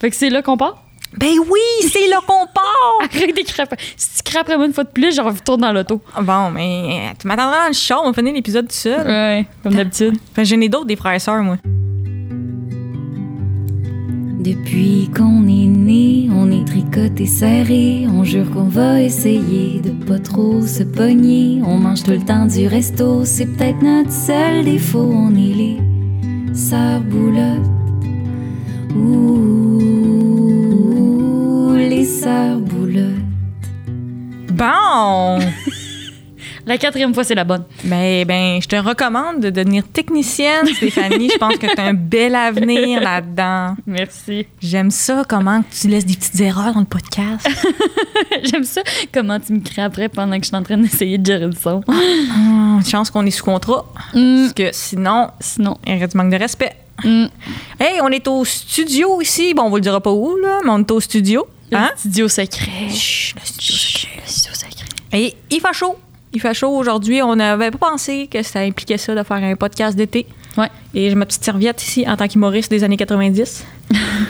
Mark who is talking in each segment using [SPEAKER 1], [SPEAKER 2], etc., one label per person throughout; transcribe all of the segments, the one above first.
[SPEAKER 1] Fait que c'est là qu'on part.
[SPEAKER 2] Ben oui, c'est là qu'on part!
[SPEAKER 1] Arrête des crapes. Si tu crapes vraiment une fois de plus, genre, retourne dans l'auto.
[SPEAKER 2] Bon, mais euh, tu m'attendras dans le show, on va finir l'épisode tout seul.
[SPEAKER 1] Ouais, comme d'habitude.
[SPEAKER 2] Enfin, J'en ai d'autres des frères et sœurs, moi.
[SPEAKER 3] Depuis qu'on est né, on est tricoté serré. On jure qu'on va essayer de pas trop se pogner. On mange tout le temps du resto, c'est peut-être notre seul défaut. On est les sœurs boulottes. Ouh, les sœurs boulottes.
[SPEAKER 2] Bon!
[SPEAKER 1] La quatrième fois, c'est la bonne.
[SPEAKER 2] ben, ben, je te recommande de devenir technicienne, Stéphanie. Je pense que tu as un bel avenir là-dedans.
[SPEAKER 1] Merci.
[SPEAKER 2] J'aime ça, comment tu laisses des petites erreurs dans le podcast.
[SPEAKER 1] J'aime ça comment tu me craperais pendant que je suis en train d'essayer de gérer le son.
[SPEAKER 2] Hum, chance qu'on est sous contrat,
[SPEAKER 1] Mm,
[SPEAKER 2] parce que sinon,
[SPEAKER 1] Sinon,
[SPEAKER 2] il y aurait du manque de respect.
[SPEAKER 1] mm,
[SPEAKER 2] Hey, on est au studio ici. Bon, on vous le dira pas où, là, mais on est au studio. Hein?
[SPEAKER 1] le studio secret.
[SPEAKER 2] Chut, le studio secret.
[SPEAKER 1] Chut, le studio secret.
[SPEAKER 2] Et il fait chaud. Il fait chaud aujourd'hui. On n'avait pas pensé que ça impliquait ça de faire un podcast d'été.
[SPEAKER 1] Ouais.
[SPEAKER 2] Et j'ai ma petite serviette ici en tant qu'humoriste des années 90.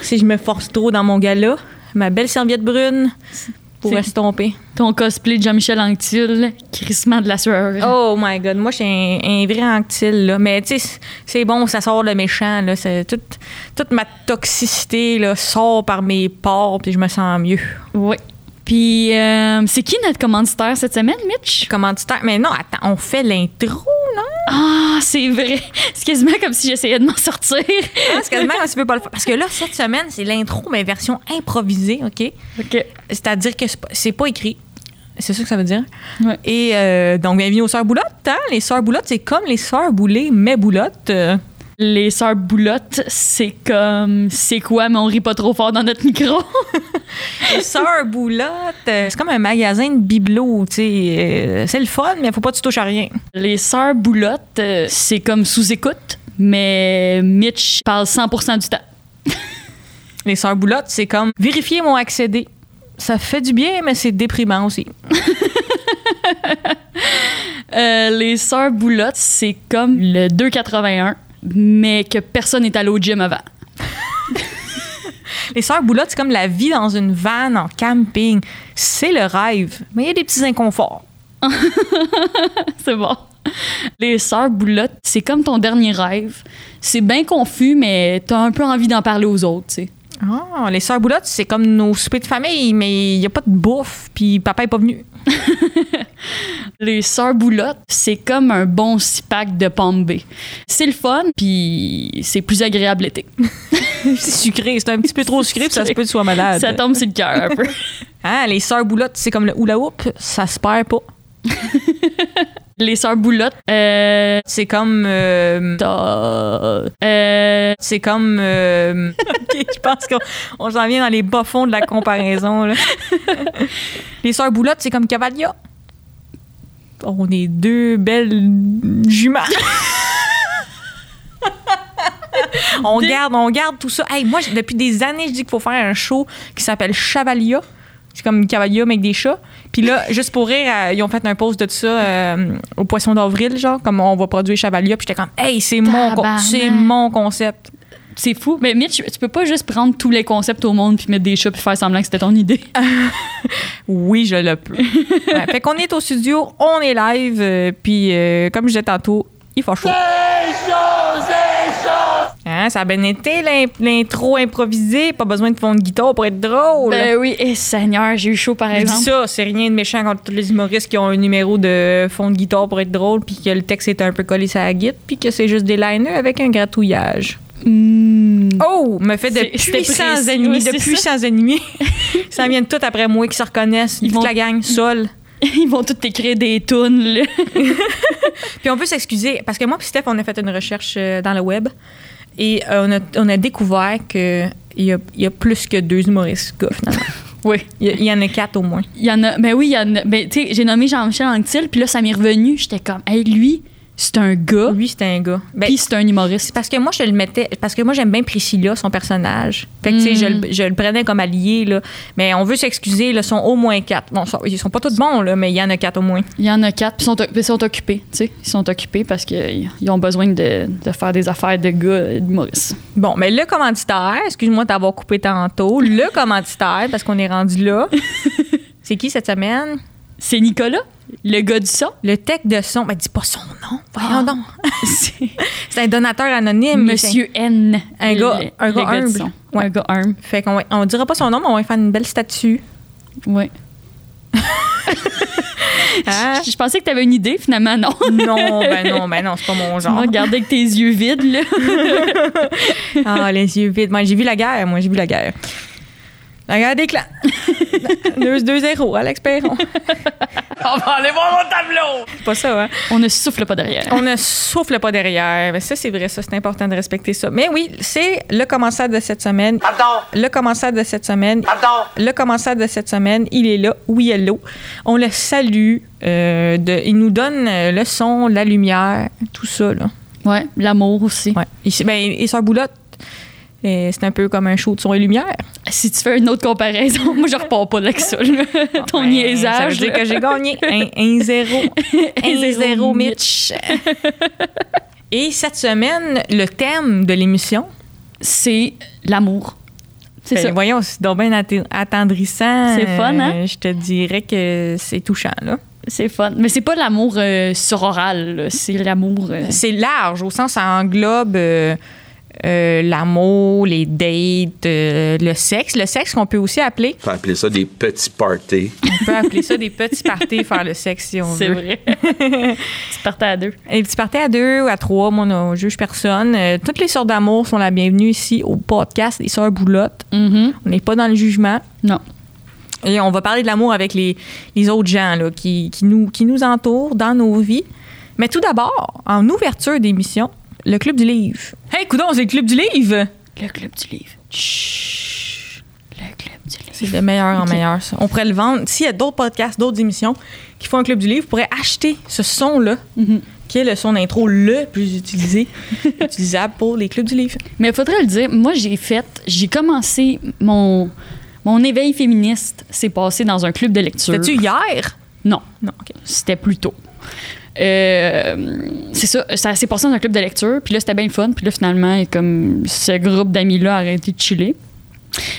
[SPEAKER 2] si je me force trop dans mon gala, ma belle serviette brune pour
[SPEAKER 1] C'est-
[SPEAKER 2] estomper.
[SPEAKER 1] Ton cosplay de Jean-Michel Anctil, crissement de la sueur.
[SPEAKER 2] Oh my god, moi je suis un, un vrai anctile là, mais tu sais c'est- c'est bon, ça sort le méchant là, C'est tout- toute ma toxicité là sort par mes pores puis je me sens mieux.
[SPEAKER 1] Oui. Puis, euh, c'est qui notre commanditaire cette semaine, Mitch?
[SPEAKER 2] Commanditaire, mais non, attends, on fait l'intro non
[SPEAKER 1] Ah, c'est vrai. Ah, C'est quasiment comme si j'essayais de m'en sortir.
[SPEAKER 2] Parce que même tu peux pas le faire. Parce que là, cette semaine, c'est l'intro, mais version improvisée, OK?
[SPEAKER 1] OK.
[SPEAKER 2] C'est-à-dire que c'est pas- c'est pas écrit. C'est ça que ça veut dire.
[SPEAKER 1] Ouais.
[SPEAKER 2] Et euh, donc, bienvenue aux Sœurs Boulottes. hein? Les Sœurs Boulottes, c'est comme les Sœurs Boulées, mais Boulottes. Euh,
[SPEAKER 1] Les sœurs boulottes, c'est comme. C'est quoi, mais on rit pas trop fort dans notre micro?
[SPEAKER 2] les Sœurs Boulottes, euh, c'est comme un magasin de bibelots, tu sais. Euh, c'est le fun, mais faut pas que tu touches à rien.
[SPEAKER 1] Les sœurs boulottes, euh, c'est comme sous-écoute, mais Mitch parle 100 du temps.
[SPEAKER 2] Les Sœurs Boulottes, c'est comme vérifier mon accédé. Ça fait du bien, mais c'est déprimant aussi.
[SPEAKER 1] Euh, les sœurs boulottes, c'est comme le 281, mais que personne n'est allé au gym avant.
[SPEAKER 2] Les sœurs boulottes, c'est comme la vie dans une van en camping. C'est le rêve, mais il y a des petits inconforts.
[SPEAKER 1] C'est bon. Les sœurs boulottes, c'est comme ton dernier rêve. C'est bien confus, mais t'as un peu envie d'en parler aux autres, tu sais.
[SPEAKER 2] Ah, les sœurs boulottes, c'est comme nos soupers de famille, mais il n'y a pas de bouffe, puis papa est pas venu.
[SPEAKER 1] Les sœurs boulottes, c'est comme un bon six pack de pommes B. C'est le fun, puis c'est plus agréable l'été.
[SPEAKER 2] c'est sucré, c'est un petit peu trop sucré, puis ça se peut que tu sois malade.
[SPEAKER 1] Ça tombe sur le cœur un peu.
[SPEAKER 2] Ah, les sœurs boulottes, c'est comme le hula hoop, ça se perd pas.
[SPEAKER 1] Les sœurs boulottes, euh,
[SPEAKER 2] C'est comme. euh,
[SPEAKER 1] t'as- euh,
[SPEAKER 2] c'est comme. euh, ok, je pense qu'on on s'en vient dans les bas fonds de la comparaison. là. les sœurs boulottes, c'est comme Cavalia. On est deux belles jumelles. on garde, on garde tout ça. Hey, moi, j- depuis des années, je dis qu'il faut faire un show qui s'appelle Chavalia. C'est comme Cavalia, mais avec des chats. Puis là, juste pour rire, euh, ils ont fait un post de ça euh, au Poisson d'Avril, genre, comme on va produire Chavalia. Puis j'étais comme, hey, c'est mon, con-
[SPEAKER 1] Tabarnak.
[SPEAKER 2] c'est mon concept.
[SPEAKER 1] c'est fou. Mais Mitch, tu peux pas juste prendre tous les concepts au monde puis mettre des chats puis faire semblant que c'était ton idée.
[SPEAKER 2] Oui, je le peux. Ouais, fait qu'on est au studio, on est live, euh, puis euh, comme je disais tantôt, il faut chaud. Hein, ça a bien été l'im- l'intro improvisée, pas besoin de fond de guitare pour être drôle.
[SPEAKER 1] Ben oui, et Seigneur, j'ai eu chaud par
[SPEAKER 2] je dis
[SPEAKER 1] exemple.
[SPEAKER 2] ça, c'est rien de méchant contre tous les humoristes qui ont un numéro de fond de guitare pour être drôle, puis que le texte est un peu collé sur la guitare, puis que c'est juste des liners avec un gratouillage.
[SPEAKER 1] Hmm.
[SPEAKER 2] Oh, me fait de
[SPEAKER 1] C'est- c'était
[SPEAKER 2] puissants
[SPEAKER 1] précis,
[SPEAKER 2] ennemis,
[SPEAKER 1] ouais, c'est
[SPEAKER 2] de
[SPEAKER 1] ça.
[SPEAKER 2] puissants ennemis. ça vient de tout après moi qui se reconnaissent,
[SPEAKER 1] Ils
[SPEAKER 2] toute
[SPEAKER 1] vont-
[SPEAKER 2] la gang, seule.
[SPEAKER 1] Ils vont tous t'écrire des tunes, là.
[SPEAKER 2] Puis on peut s'excuser, parce que moi puis Steph, on a fait une recherche euh, dans le web et euh, on, a, on a découvert qu'il y a, il y a plus que deux humoristes gars, finalement.
[SPEAKER 1] Oui.
[SPEAKER 2] Il y, a- il y en a quatre au moins.
[SPEAKER 1] Il y en a. Ben oui, il y en a. Ben, tu sais, j'ai nommé Jean-Michel Anctil, puis là, ça m'est revenu. J'étais comme, hey, lui, C'est un gars,
[SPEAKER 2] Lui, c'était un gars. Ben,
[SPEAKER 1] puis c'est un humoriste.
[SPEAKER 2] c'est parce que moi, je le mettais. Parce que moi, j'aime bien Priscilla, son personnage. Fait que, tu sais, je, le- je le prenais comme allié, là. Mais on veut s'excuser, là, sont au moins quatre. Bon, sont- ils sont pas tous bons, là, mais il y en a quatre au moins.
[SPEAKER 1] Il y en a quatre, puis ils sont, puis ils sont occupés, tu sais. Ils sont occupés parce qu'ils ont besoin de, de faire des affaires de gars euh, d'humoristes.
[SPEAKER 2] Bon, mais le commanditaire, excuse-moi de t'avoir coupé tantôt. Le commanditaire, parce qu'on est rendu là. C'est qui cette semaine?
[SPEAKER 1] C'est Nicolas, le gars du son.
[SPEAKER 2] Le tech de son. Ben, dis pas son nom. Voyons
[SPEAKER 1] Ah.
[SPEAKER 2] donc.
[SPEAKER 1] C'est
[SPEAKER 2] C'est un donateur anonyme.
[SPEAKER 1] Monsieur N.
[SPEAKER 2] Un gars-
[SPEAKER 1] le-
[SPEAKER 2] un
[SPEAKER 1] le
[SPEAKER 2] gars
[SPEAKER 1] gars du
[SPEAKER 2] humble.
[SPEAKER 1] son.
[SPEAKER 2] Ouais.
[SPEAKER 1] Un gars humble.
[SPEAKER 2] Fait qu'on va- on dira pas son nom, mais on va lui faire une belle statue.
[SPEAKER 1] Ouais.
[SPEAKER 2] Hein?
[SPEAKER 1] Je, je pensais que tu avais une idée, finalement, non.
[SPEAKER 2] non, ben non, ben non, c'est pas mon
[SPEAKER 1] Tu m'as
[SPEAKER 2] genre.
[SPEAKER 1] regardé avec tes yeux vides, là.
[SPEAKER 2] Ah, les yeux vides. Moi, j'ai vu la guerre, moi, j'ai vu la guerre. La guerre des clans. 2-0, Alex Perron.
[SPEAKER 4] On va aller voir mon tableau!
[SPEAKER 2] C'est pas ça, hein?
[SPEAKER 1] On ne souffle pas derrière.
[SPEAKER 2] On ne souffle pas derrière. Mais ça, c'est vrai, ça, c'est important de respecter ça. Mais oui, c'est le commençat de cette semaine.
[SPEAKER 4] Pardon,
[SPEAKER 2] Le commençat de cette semaine.
[SPEAKER 4] pardon.
[SPEAKER 2] Le commençat de cette semaine, il est là, oui, hello. On le salue. euh, de, il nous donne euh, le son, la lumière, tout ça, là.
[SPEAKER 1] Ouais, l'amour aussi.
[SPEAKER 2] Ouais. Et, c'est- ben, et Sœur Boulotte, euh, c'est un peu comme un show de son et lumière.
[SPEAKER 1] Si tu fais une autre comparaison, moi, je repars pas avec ça, là. Ton
[SPEAKER 2] Ben,
[SPEAKER 1] niaisage.
[SPEAKER 2] Ça veut dire
[SPEAKER 1] là.
[SPEAKER 2] que j'ai gagné. 1-0.
[SPEAKER 1] zéro
[SPEAKER 2] 1-0, Mitch. Et cette semaine, le thème de l'émission,
[SPEAKER 1] C'est l'amour. C'est
[SPEAKER 2] ben,
[SPEAKER 1] ça.
[SPEAKER 2] voyons, c'est donc bien atte- attendrissant.
[SPEAKER 1] C'est fun, hein?
[SPEAKER 2] Euh, Je te dirais que c'est touchant, là.
[SPEAKER 1] C'est fun. Mais c'est pas l'amour euh, suroral, là. c'est l'amour. euh,
[SPEAKER 2] C'est large, au sens, ça englobe euh, euh, l'amour, les dates, euh, le sexe. Le sexe qu'on peut aussi appeler.
[SPEAKER 5] On peut appeler ça des petits parties.
[SPEAKER 2] On peut appeler ça des petits parties, faire le sexe si on veut.
[SPEAKER 1] c'est vrai. tu partais à deux.
[SPEAKER 2] Et tu partais à deux ou à trois, moi, on ne juge personne. Euh, toutes les sortes d'amour sont la bienvenue ici au podcast des Sœurs Boulottes. On n'est pas dans le jugement.
[SPEAKER 1] Mm-hmm. Non.
[SPEAKER 2] Et on va parler de l'amour avec les, les autres gens là, qui, qui nous, qui nous entourent dans nos vies. Mais tout d'abord, en ouverture d'émission, le Club du Livre. Hey, coudon, c'est le Club du Livre!
[SPEAKER 1] Le club du livre. Chut. Le club du livre.
[SPEAKER 2] C'est de meilleur en
[SPEAKER 1] Ok.
[SPEAKER 2] meilleur, ça. On pourrait le vendre. S'il y a d'autres podcasts, d'autres émissions qui font un club du livre, on pourrait acheter ce son-là, qui est le son d'intro le plus utilisé, utilisable pour les clubs du livre.
[SPEAKER 1] Mais il faudrait le dire, moi, j'ai fait, j'ai commencé mon, mon éveil féministe, c'est passé dans un club de lecture.
[SPEAKER 2] C'était-tu hier?
[SPEAKER 1] Non,
[SPEAKER 2] Non, OK.
[SPEAKER 1] c'était plus tôt. Euh, c'est ça, ça s'est passé dans un club de lecture, puis là, c'était bien le fun, puis là, finalement, comme ce groupe d'amis-là a arrêté de chiller.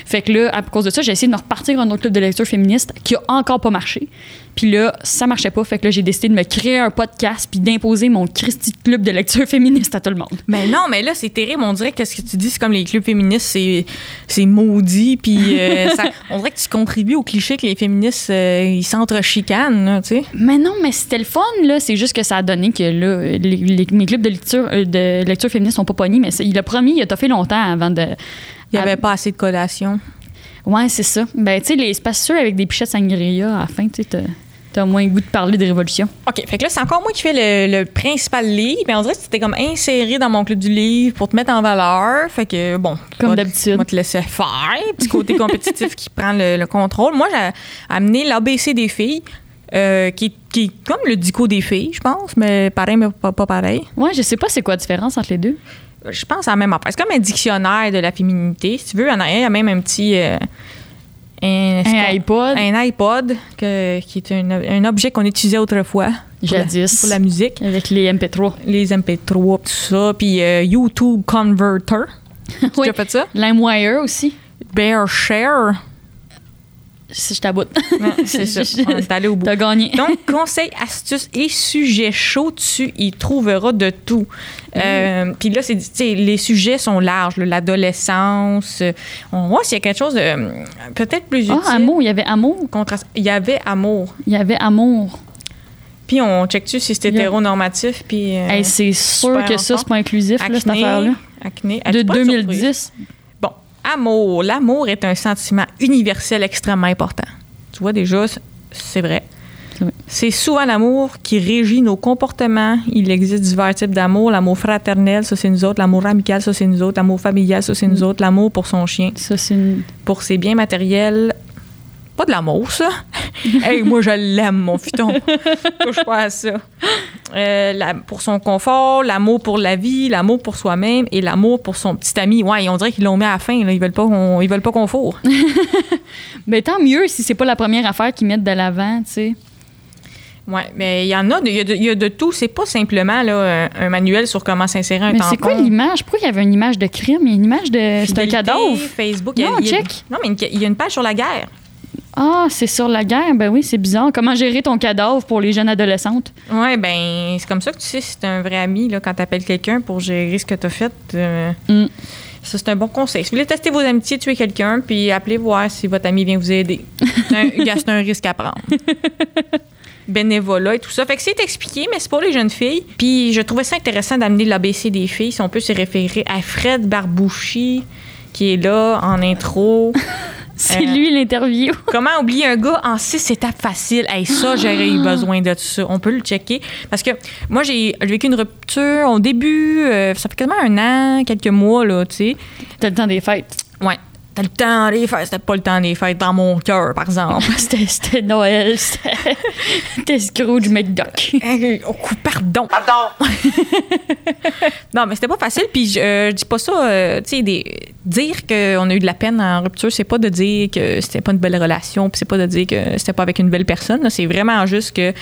[SPEAKER 1] Fait que là, à cause de ça, j'ai essayé de me repartir un autre club de lecture féministe qui a encore pas marché. Puis là, ça marchait pas. Fait que là, j'ai décidé de me créer un podcast puis d'imposer mon Christy de club de lecture féministe à tout le monde.
[SPEAKER 2] Mais non, mais là, c'est terrible. On dirait que ce que tu dis, c'est comme les clubs féministes, c'est, c'est maudit. Puis euh, ça- on dirait que tu contribues au cliché que les féministes, euh, ils s'entre-chicanent, là, tu sais.
[SPEAKER 1] Mais non, mais c'était le fun, là. C'est juste que ça a donné que là, les, les- mes clubs de lecture, euh, de lecture féministe sont pas pognés, mais ça- il a promis, il a toffé longtemps avant de.
[SPEAKER 2] Il n'y
[SPEAKER 1] Ah.
[SPEAKER 2] avait pas assez de collation.
[SPEAKER 1] Ouais, c'est ça. Ben, tu sais, les espaces sûrs avec des pichettes sangria à la fin, tu sais, t'as- t'as moins le goût de parler de révolution.
[SPEAKER 2] OK, fait que là, c'est encore moi qui fais le, le principal livre. Mais on dirait que tu t'es comme inséré dans mon club du livre pour te mettre en valeur. Fait que, bon.
[SPEAKER 1] Comme
[SPEAKER 2] moi,
[SPEAKER 1] d'habitude.
[SPEAKER 2] Moi, te laisser faire. Petit côté compétitif qui prend le, le contrôle. Moi, j'ai amené l'ABC des filles, euh, qui, qui est comme le dico des filles, je pense, mais pareil, mais pas- pas pareil.
[SPEAKER 1] Ouais, je sais pas c'est quoi la différence entre les deux.
[SPEAKER 2] je pense à la même affaire. C'est comme un dictionnaire de la féminité. Si tu veux, en arrière, il y a même un petit. euh, un,
[SPEAKER 1] Un iPod.
[SPEAKER 2] Un iPod, que- qui est un, un objet qu'on utilisait autrefois. pour la-
[SPEAKER 1] Jadis.
[SPEAKER 2] pour la musique.
[SPEAKER 1] Avec les MP3.
[SPEAKER 2] Les MP3, pis tout ça. Puis euh, YouTube Converter.
[SPEAKER 1] Oui.
[SPEAKER 2] Tu as fait ça?
[SPEAKER 1] LimeWire aussi.
[SPEAKER 2] Bear Share.
[SPEAKER 1] Si je t'aboute.
[SPEAKER 2] C'est ça. On est allé au bout.
[SPEAKER 1] T'as gagné.
[SPEAKER 2] Donc, conseils, astuces et sujets chauds, tu y trouveras de tout. Euh, Puis là, c'est, tu sais, les sujets sont larges. là, l'adolescence. euh, On voit s'il y a quelque chose de euh, peut-être plus
[SPEAKER 1] Ah,
[SPEAKER 2] utile.
[SPEAKER 1] amour, il y avait amour.
[SPEAKER 2] Contraste- Il y avait amour.
[SPEAKER 1] Il y avait amour.
[SPEAKER 2] Puis on check-tu si c'est
[SPEAKER 1] Yeah.
[SPEAKER 2] hétéronormatif. Puis. euh,
[SPEAKER 1] Hey, c'est sûr
[SPEAKER 2] super
[SPEAKER 1] que ça,
[SPEAKER 2] enfant.
[SPEAKER 1] c'est pas inclusif, là, cette
[SPEAKER 2] acné,
[SPEAKER 1] affaire-là.
[SPEAKER 2] acné. Ah,
[SPEAKER 1] De
[SPEAKER 2] c'est pas une surprise.
[SPEAKER 1] 2010.
[SPEAKER 2] Bon, amour. L'amour est un sentiment universel extrêmement important. Tu vois déjà, c- c'est vrai.
[SPEAKER 1] C'est vrai.
[SPEAKER 2] C'est souvent l'amour qui régit nos comportements. Il existe divers types d'amour. L'amour fraternel, ça c'est nous autres. L'amour amical, ça c'est nous autres. L'amour familial, ça c'est nous autres. L'amour pour son chien,
[SPEAKER 1] Ça, c'est une.
[SPEAKER 2] pour ses biens matériels. Pas de l'amour, ça. Hey, moi, je l'aime, mon futon. Touche pas à ça. Euh, la- pour son confort, l'amour pour la vie, l'amour pour soi-même et l'amour pour son petit ami. Ouais, on dirait qu'ils l'ont mis à la fin. Là. Ils veulent pas qu'on, ils veulent pas qu'on fourre.
[SPEAKER 1] Mais Ben, tant mieux si c'est pas la première affaire qu'ils mettent de l'avant, tu sais.
[SPEAKER 2] Ouais, mais il y en a, de- il y, a de- il y a de tout. C'est pas simplement là, un, un manuel sur comment s'insérer un
[SPEAKER 1] Mais
[SPEAKER 2] tampon.
[SPEAKER 1] c'est quoi l'image? Pourquoi il y avait une image de crime? Il y a une image de. C'est un
[SPEAKER 2] Fidélité,
[SPEAKER 1] cadeau.
[SPEAKER 2] Facebook. il y a-
[SPEAKER 1] Non,
[SPEAKER 2] il y a-
[SPEAKER 1] check.
[SPEAKER 2] Non, mais une- il y a une page sur la guerre.
[SPEAKER 1] Ah, c'est sur la guerre. Ben oui, c'est bizarre. Comment gérer ton cadavre pour les jeunes adolescentes?
[SPEAKER 2] Ouais, ben, c'est comme ça que tu sais si t'es un vrai ami là, quand t'appelles quelqu'un pour gérer ce que t'as fait. euh,
[SPEAKER 1] Mm.
[SPEAKER 2] Ça, c'est un bon conseil. Si vous voulez tester vos amitiés, tuer quelqu'un, puis appelez voir si votre ami vient vous aider. C'est un, gars, c'est un risque à prendre. Bénévolat et tout ça. Fait que c'est expliqué, mais c'est pour les jeunes filles. Puis je trouvais ça intéressant d'amener l'ABC des filles, si on peut se référer à Fred Barbouchi, qui est là en intro.
[SPEAKER 1] C'est
[SPEAKER 2] Euh.
[SPEAKER 1] lui l'interview.
[SPEAKER 2] Comment oublier un gars en six étapes faciles? Hey, ça, j'aurais eu besoin de ça. On peut le checker. Parce que moi, j'ai j'ai vécu une rupture au début. euh, ça fait quasiment un an, quelques mois, là, tu sais.
[SPEAKER 1] T'as le temps des fêtes.
[SPEAKER 2] Ouais. T'as le temps des fêtes. C'était pas le temps des fêtes dans mon cœur, par exemple.
[SPEAKER 1] Ah, C'était c'était Noël. C'était c'était Scrooge McDuck.
[SPEAKER 2] Hey, oh, coup, pardon.
[SPEAKER 4] Pardon.
[SPEAKER 2] Non, mais c'était pas facile. Puis je, euh, je dis pas ça. euh, tu sais, des- dire qu'on a eu de la peine en rupture, c'est pas de dire que c'était pas une belle relation, puis c'est pas de dire que c'était pas avec une belle personne. là. C'est vraiment juste que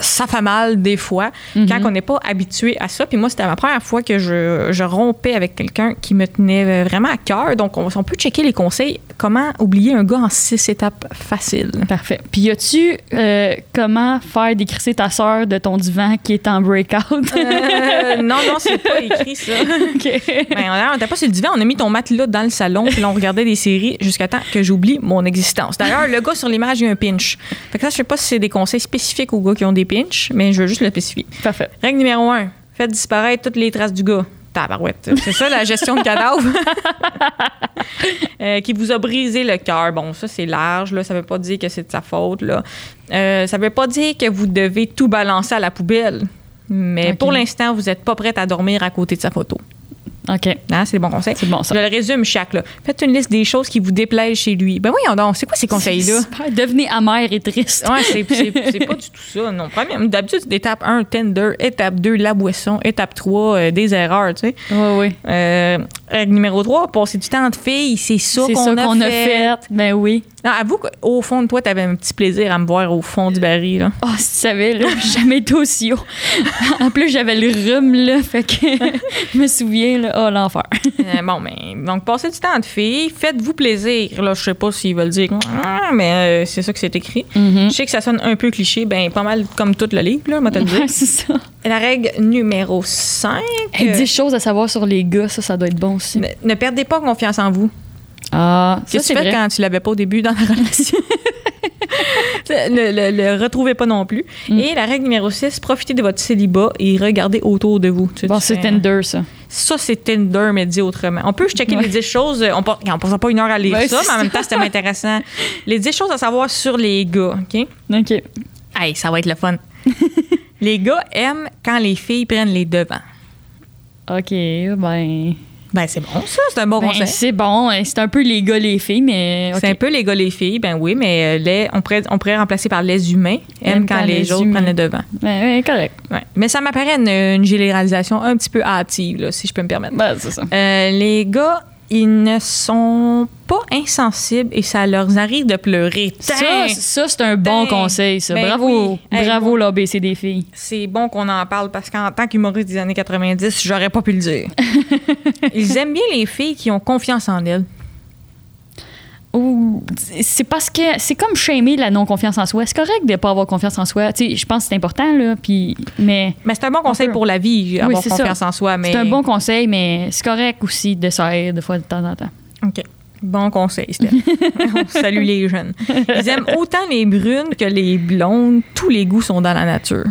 [SPEAKER 2] ça fait mal des fois quand on n'est pas habitué à ça. Puis moi, c'était la première fois que je, je rompais avec quelqu'un qui me tenait vraiment à cœur. Donc, on, on peut checker les conseils. Comment oublier un gars en six étapes faciles?
[SPEAKER 1] Parfait. Puis y a-tu euh, comment faire décrisser ta sœur de ton divan qui est en breakout?
[SPEAKER 2] Euh, non, non, c'est pas écrit ça.
[SPEAKER 1] OK.
[SPEAKER 2] Ben, on a- on n'était pas sur le divan, on a mis ton matelas dans le salon, puis là, on regardait des séries jusqu'à temps que j'oublie mon existence. D'ailleurs, le gars sur l'image, il y a un pinch. Fait que ça, je sais pas si c'est des conseils spécifiques aux gars qui ont des pinches, mais je veux juste le spécifier.
[SPEAKER 1] Parfait.
[SPEAKER 2] Règle numéro un, faites disparaître toutes les traces du gars. Tabarouette. C'est ça la gestion de cadavre. Euh, qui vous a brisé le cœur. Bon, ça, c'est large. Là. Ça veut pas dire que c'est de sa faute. Là. Euh, ça veut pas dire que vous devez tout balancer à la poubelle. Mais
[SPEAKER 1] Ok.
[SPEAKER 2] pour l'instant, vous n'êtes pas prête à dormir à côté de sa photo.
[SPEAKER 1] OK.
[SPEAKER 2] Hein, c'est des bons conseils.
[SPEAKER 1] C'est bon, ça.
[SPEAKER 2] Je le résume chaque. Là. Faites une liste des choses qui vous déplaisent chez lui. Ben voyons donc, c'est quoi ces conseils-là?
[SPEAKER 1] C'est super. Devenez amère et triste.
[SPEAKER 2] Ouais, c'est, c'est, c'est pas du tout ça. Non, Première- d'habitude, c'est étape 1, Tinder. Étape 2, la boisson. Étape 3, euh, des erreurs, tu sais.
[SPEAKER 1] Oui, oui.
[SPEAKER 2] Euh, règle numéro 3, passer du temps de filles, c'est ça,
[SPEAKER 1] C'est
[SPEAKER 2] qu'on,
[SPEAKER 1] ça
[SPEAKER 2] a
[SPEAKER 1] qu'on a
[SPEAKER 2] fait.
[SPEAKER 1] fait. Ben oui.
[SPEAKER 2] Non, avoue qu'au fond de toi, t'avais un petit plaisir à me voir au fond du baril. Là.
[SPEAKER 1] Oh, si tu savais, là, j'ai jamais été aussi haut. En plus, j'avais le rhume, là, fait que je me souviens, là, oh, l'enfer.
[SPEAKER 2] Euh, bon, mais donc, passez du temps de filles, faites-vous plaisir. Là, je sais pas s'ils veulent dire, Ah, mais euh, c'est ça que c'est écrit.
[SPEAKER 1] Mm-hmm.
[SPEAKER 2] Je sais que ça sonne un peu cliché, ben pas mal comme tout le livre, là, moi, te le dire.
[SPEAKER 1] Ouais, c'est ça.
[SPEAKER 2] La règle numéro 5,
[SPEAKER 1] Hey, 10 choses à savoir sur les gars, ça, ça doit être bon aussi.
[SPEAKER 2] ne, ne perdez pas confiance en vous.
[SPEAKER 1] Ah, ça,
[SPEAKER 2] Qu'est-ce
[SPEAKER 1] c'est
[SPEAKER 2] que tu
[SPEAKER 1] vrai.
[SPEAKER 2] fais quand tu l'avais pas au début dans la relation? ne le, le retrouvez pas non plus.
[SPEAKER 1] Mm.
[SPEAKER 2] Et la règle numéro 6, profitez de votre célibat et regardez autour de vous. Tu-
[SPEAKER 1] Bon,
[SPEAKER 2] tu
[SPEAKER 1] c'est
[SPEAKER 2] fais-
[SPEAKER 1] Tinder, ça.
[SPEAKER 2] Ça, c'est Tinder, mais dit autrement. On peut checker
[SPEAKER 1] Ouais.
[SPEAKER 2] les 10 choses. euh, On ne passera pas une heure à lire
[SPEAKER 1] Ouais,
[SPEAKER 2] ça,
[SPEAKER 1] c'est
[SPEAKER 2] mais en même temps, c'était intéressant. Les 10 choses à savoir sur les gars, OK?
[SPEAKER 1] OK.
[SPEAKER 2] Hey, ça va être le fun. les gars aiment quand les filles prennent les devants.
[SPEAKER 1] OK, ben...
[SPEAKER 2] Ben, c'est bon, ça. C'est un bon
[SPEAKER 1] ben,
[SPEAKER 2] conseil.
[SPEAKER 1] c'est bon, hein, c'est un peu les gars, les filles, mais... OK.
[SPEAKER 2] C'est un peu les gars, les filles, ben oui, mais euh, les, on, pourrait, on pourrait remplacer par les humains, aiment quand, les autres
[SPEAKER 1] humains.
[SPEAKER 2] prennent le devant.
[SPEAKER 1] Ben, ouais, correct.
[SPEAKER 2] Ouais. Mais ça m'apparaît une, une généralisation un petit peu hâtive, là, si je peux me permettre.
[SPEAKER 1] Ben, c'est ça.
[SPEAKER 2] Euh, les gars, ils ne sont pas insensibles et ça leur arrive de pleurer.
[SPEAKER 1] Ça,
[SPEAKER 2] Tain!
[SPEAKER 1] ça, c'est un bon
[SPEAKER 2] Dang!
[SPEAKER 1] conseil, ça.
[SPEAKER 2] Ben
[SPEAKER 1] bravo,
[SPEAKER 2] oui. Hey,
[SPEAKER 1] bravo, l'ABC des filles.
[SPEAKER 2] C'est bon qu'on en parle parce qu'en tant qu'humoriste des années 90, j'aurais pas pu le dire. ils aiment bien les filles qui ont confiance en elles.
[SPEAKER 1] Ou- c'est parce que c'est comme shamer la non confiance en soi. C'est correct de pas avoir confiance en soi. Tu sais, je pense que c'est important là. Puis, mais
[SPEAKER 2] Mais c'est un bon conseil
[SPEAKER 1] peut.
[SPEAKER 2] pour la vie, avoir
[SPEAKER 1] c'est
[SPEAKER 2] confiance
[SPEAKER 1] ça.
[SPEAKER 2] en soi. Mais...
[SPEAKER 1] c'est un bon conseil, mais c'est correct aussi de s'aider de fois de temps en temps.
[SPEAKER 2] OK. Bon conseil, Steph. On salue les jeunes. Ils aiment autant les brunes que les blondes. Tous les goûts sont dans la nature.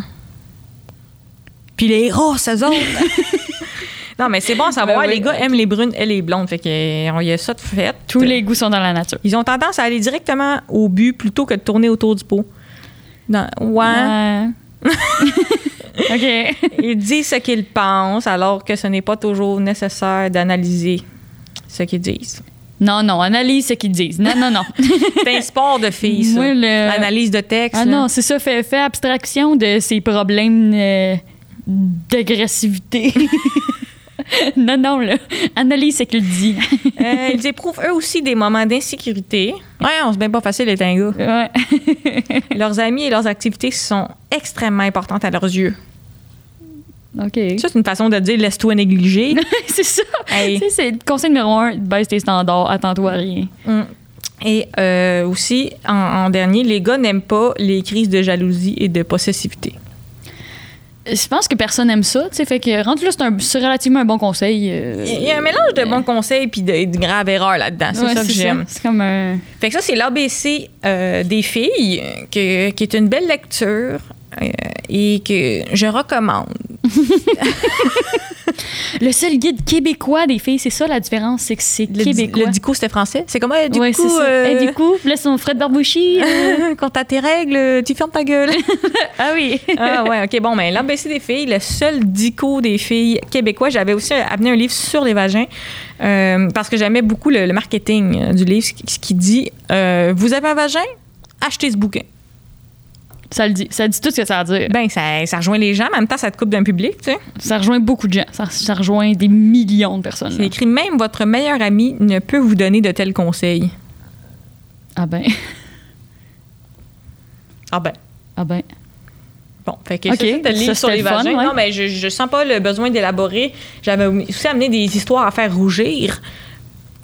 [SPEAKER 2] Puis les roses, eux autres. non, mais c'est bon à savoir.
[SPEAKER 1] Ben oui.
[SPEAKER 2] Les gars aiment les brunes et les blondes. Fait qu'on y a ça de fait.
[SPEAKER 1] Tous les goûts sont dans la nature.
[SPEAKER 2] Ils ont tendance à aller directement au but plutôt que de tourner autour du pot. Dans- ouais.
[SPEAKER 1] Ouais. ok.
[SPEAKER 2] Ils disent ce qu'ils pensent alors que ce n'est pas toujours nécessaire d'analyser ce qu'ils disent.
[SPEAKER 1] Non, non, analyse ce qu'ils disent. Non, non, non.
[SPEAKER 2] C'est un sport de filles, ça.
[SPEAKER 1] Moi, le-
[SPEAKER 2] Analyse de texte.
[SPEAKER 1] ah
[SPEAKER 2] là.
[SPEAKER 1] non, c'est ça, fait, fait abstraction de ces problèmes euh, d'agressivité. non, non, là. Analyse ce qu'il dit.
[SPEAKER 2] Euh, ils éprouvent eux aussi des moments d'insécurité. Ouais, on se bien pas facile les un
[SPEAKER 1] Ouais.
[SPEAKER 2] Leurs amis et leurs activités sont extrêmement importantes à leurs yeux.
[SPEAKER 1] OK.
[SPEAKER 2] Ça, c'est une façon de dire laisse-toi négliger.
[SPEAKER 1] c'est ça.
[SPEAKER 2] Hey.
[SPEAKER 1] Tu sais, c'est le conseil numéro un, baisse tes standards, attends-toi à rien.
[SPEAKER 2] Mm. Et euh, aussi, en, en dernier, les gars n'aiment pas les crises de jalousie et de possessivité.
[SPEAKER 1] Je pense que personne aime ça, tu sais, fait que rentre là, c'est un- c'est relativement un bon conseil. euh,
[SPEAKER 2] Il y a un mélange de bons conseils puis de, de graves erreurs là-dedans. C'est
[SPEAKER 1] ouais,
[SPEAKER 2] ça que j'aime.
[SPEAKER 1] C'est comme un.
[SPEAKER 2] Fait que ça, c'est l'ABC euh, des filles, euh, que- qui est une belle lecture euh, et que je recommande.
[SPEAKER 1] Le seul guide québécois des filles, c'est ça la différence, c'est que c'est
[SPEAKER 2] Le,
[SPEAKER 1] québécois.
[SPEAKER 2] le dico, c'était français. C'est comment, du
[SPEAKER 1] Ouais, c'est
[SPEAKER 2] coup,
[SPEAKER 1] ça.
[SPEAKER 2] euh,
[SPEAKER 1] Et du coup, là, son Fred Barbouchi. euh,
[SPEAKER 2] quand t'as tes règles, tu fermes ta gueule.
[SPEAKER 1] ah oui.
[SPEAKER 2] ah ouais, ok, bon, mais l'ABC des filles, le seul dico des filles québécois. J'avais aussi amené un livre sur les vagins euh, parce que j'aimais beaucoup le, le marketing euh, du livre, ce qui- ce qui dit euh, Vous avez un vagin Achetez ce bouquin.
[SPEAKER 1] Ça le dit. Ça dit tout ce que ça veut dire.
[SPEAKER 2] Ben, ça, ça rejoint les gens, mais en même temps, ça te coupe d'un public, tu sais.
[SPEAKER 1] Ça rejoint beaucoup de gens. Ça, ça rejoint des millions de personnes.
[SPEAKER 2] C'est
[SPEAKER 1] là.
[SPEAKER 2] écrit Même votre meilleur ami ne peut vous donner de tels conseils.
[SPEAKER 1] Ah ben.
[SPEAKER 2] Ah ben.
[SPEAKER 1] Ah ben.
[SPEAKER 2] Bon, fait que
[SPEAKER 1] Ok,
[SPEAKER 2] ça, c'était le livre
[SPEAKER 1] ça,
[SPEAKER 2] sur les
[SPEAKER 1] c'était le fun,
[SPEAKER 2] vagins.
[SPEAKER 1] ouais.
[SPEAKER 2] Non, mais je, je sens pas le besoin d'élaborer. J'avais aussi amené des histoires à faire rougir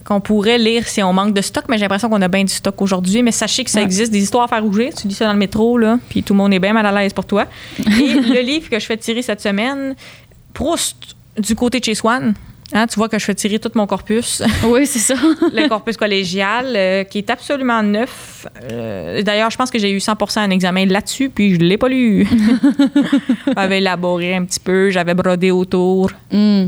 [SPEAKER 2] qu'on pourrait lire si on manque de stock, mais j'ai l'impression qu'on a bien du stock aujourd'hui. Mais sachez que ça
[SPEAKER 1] Ouais.
[SPEAKER 2] existe, des histoires à faire rougir. Tu dis ça dans le métro, là, puis tout le monde est bien mal à l'aise pour toi. Et le livre que je fais tirer cette semaine, Proust, du côté de chez Swan. Hein, tu vois que je fais tirer tout mon corpus
[SPEAKER 1] Oui, c'est ça.
[SPEAKER 2] le corpus collégial, euh, qui est absolument neuf. Euh, D'ailleurs, je pense que j'ai eu 100 un examen là-dessus, puis je ne l'ai pas lu. j'avais élaboré un petit peu, j'avais brodé autour.
[SPEAKER 1] Hmm.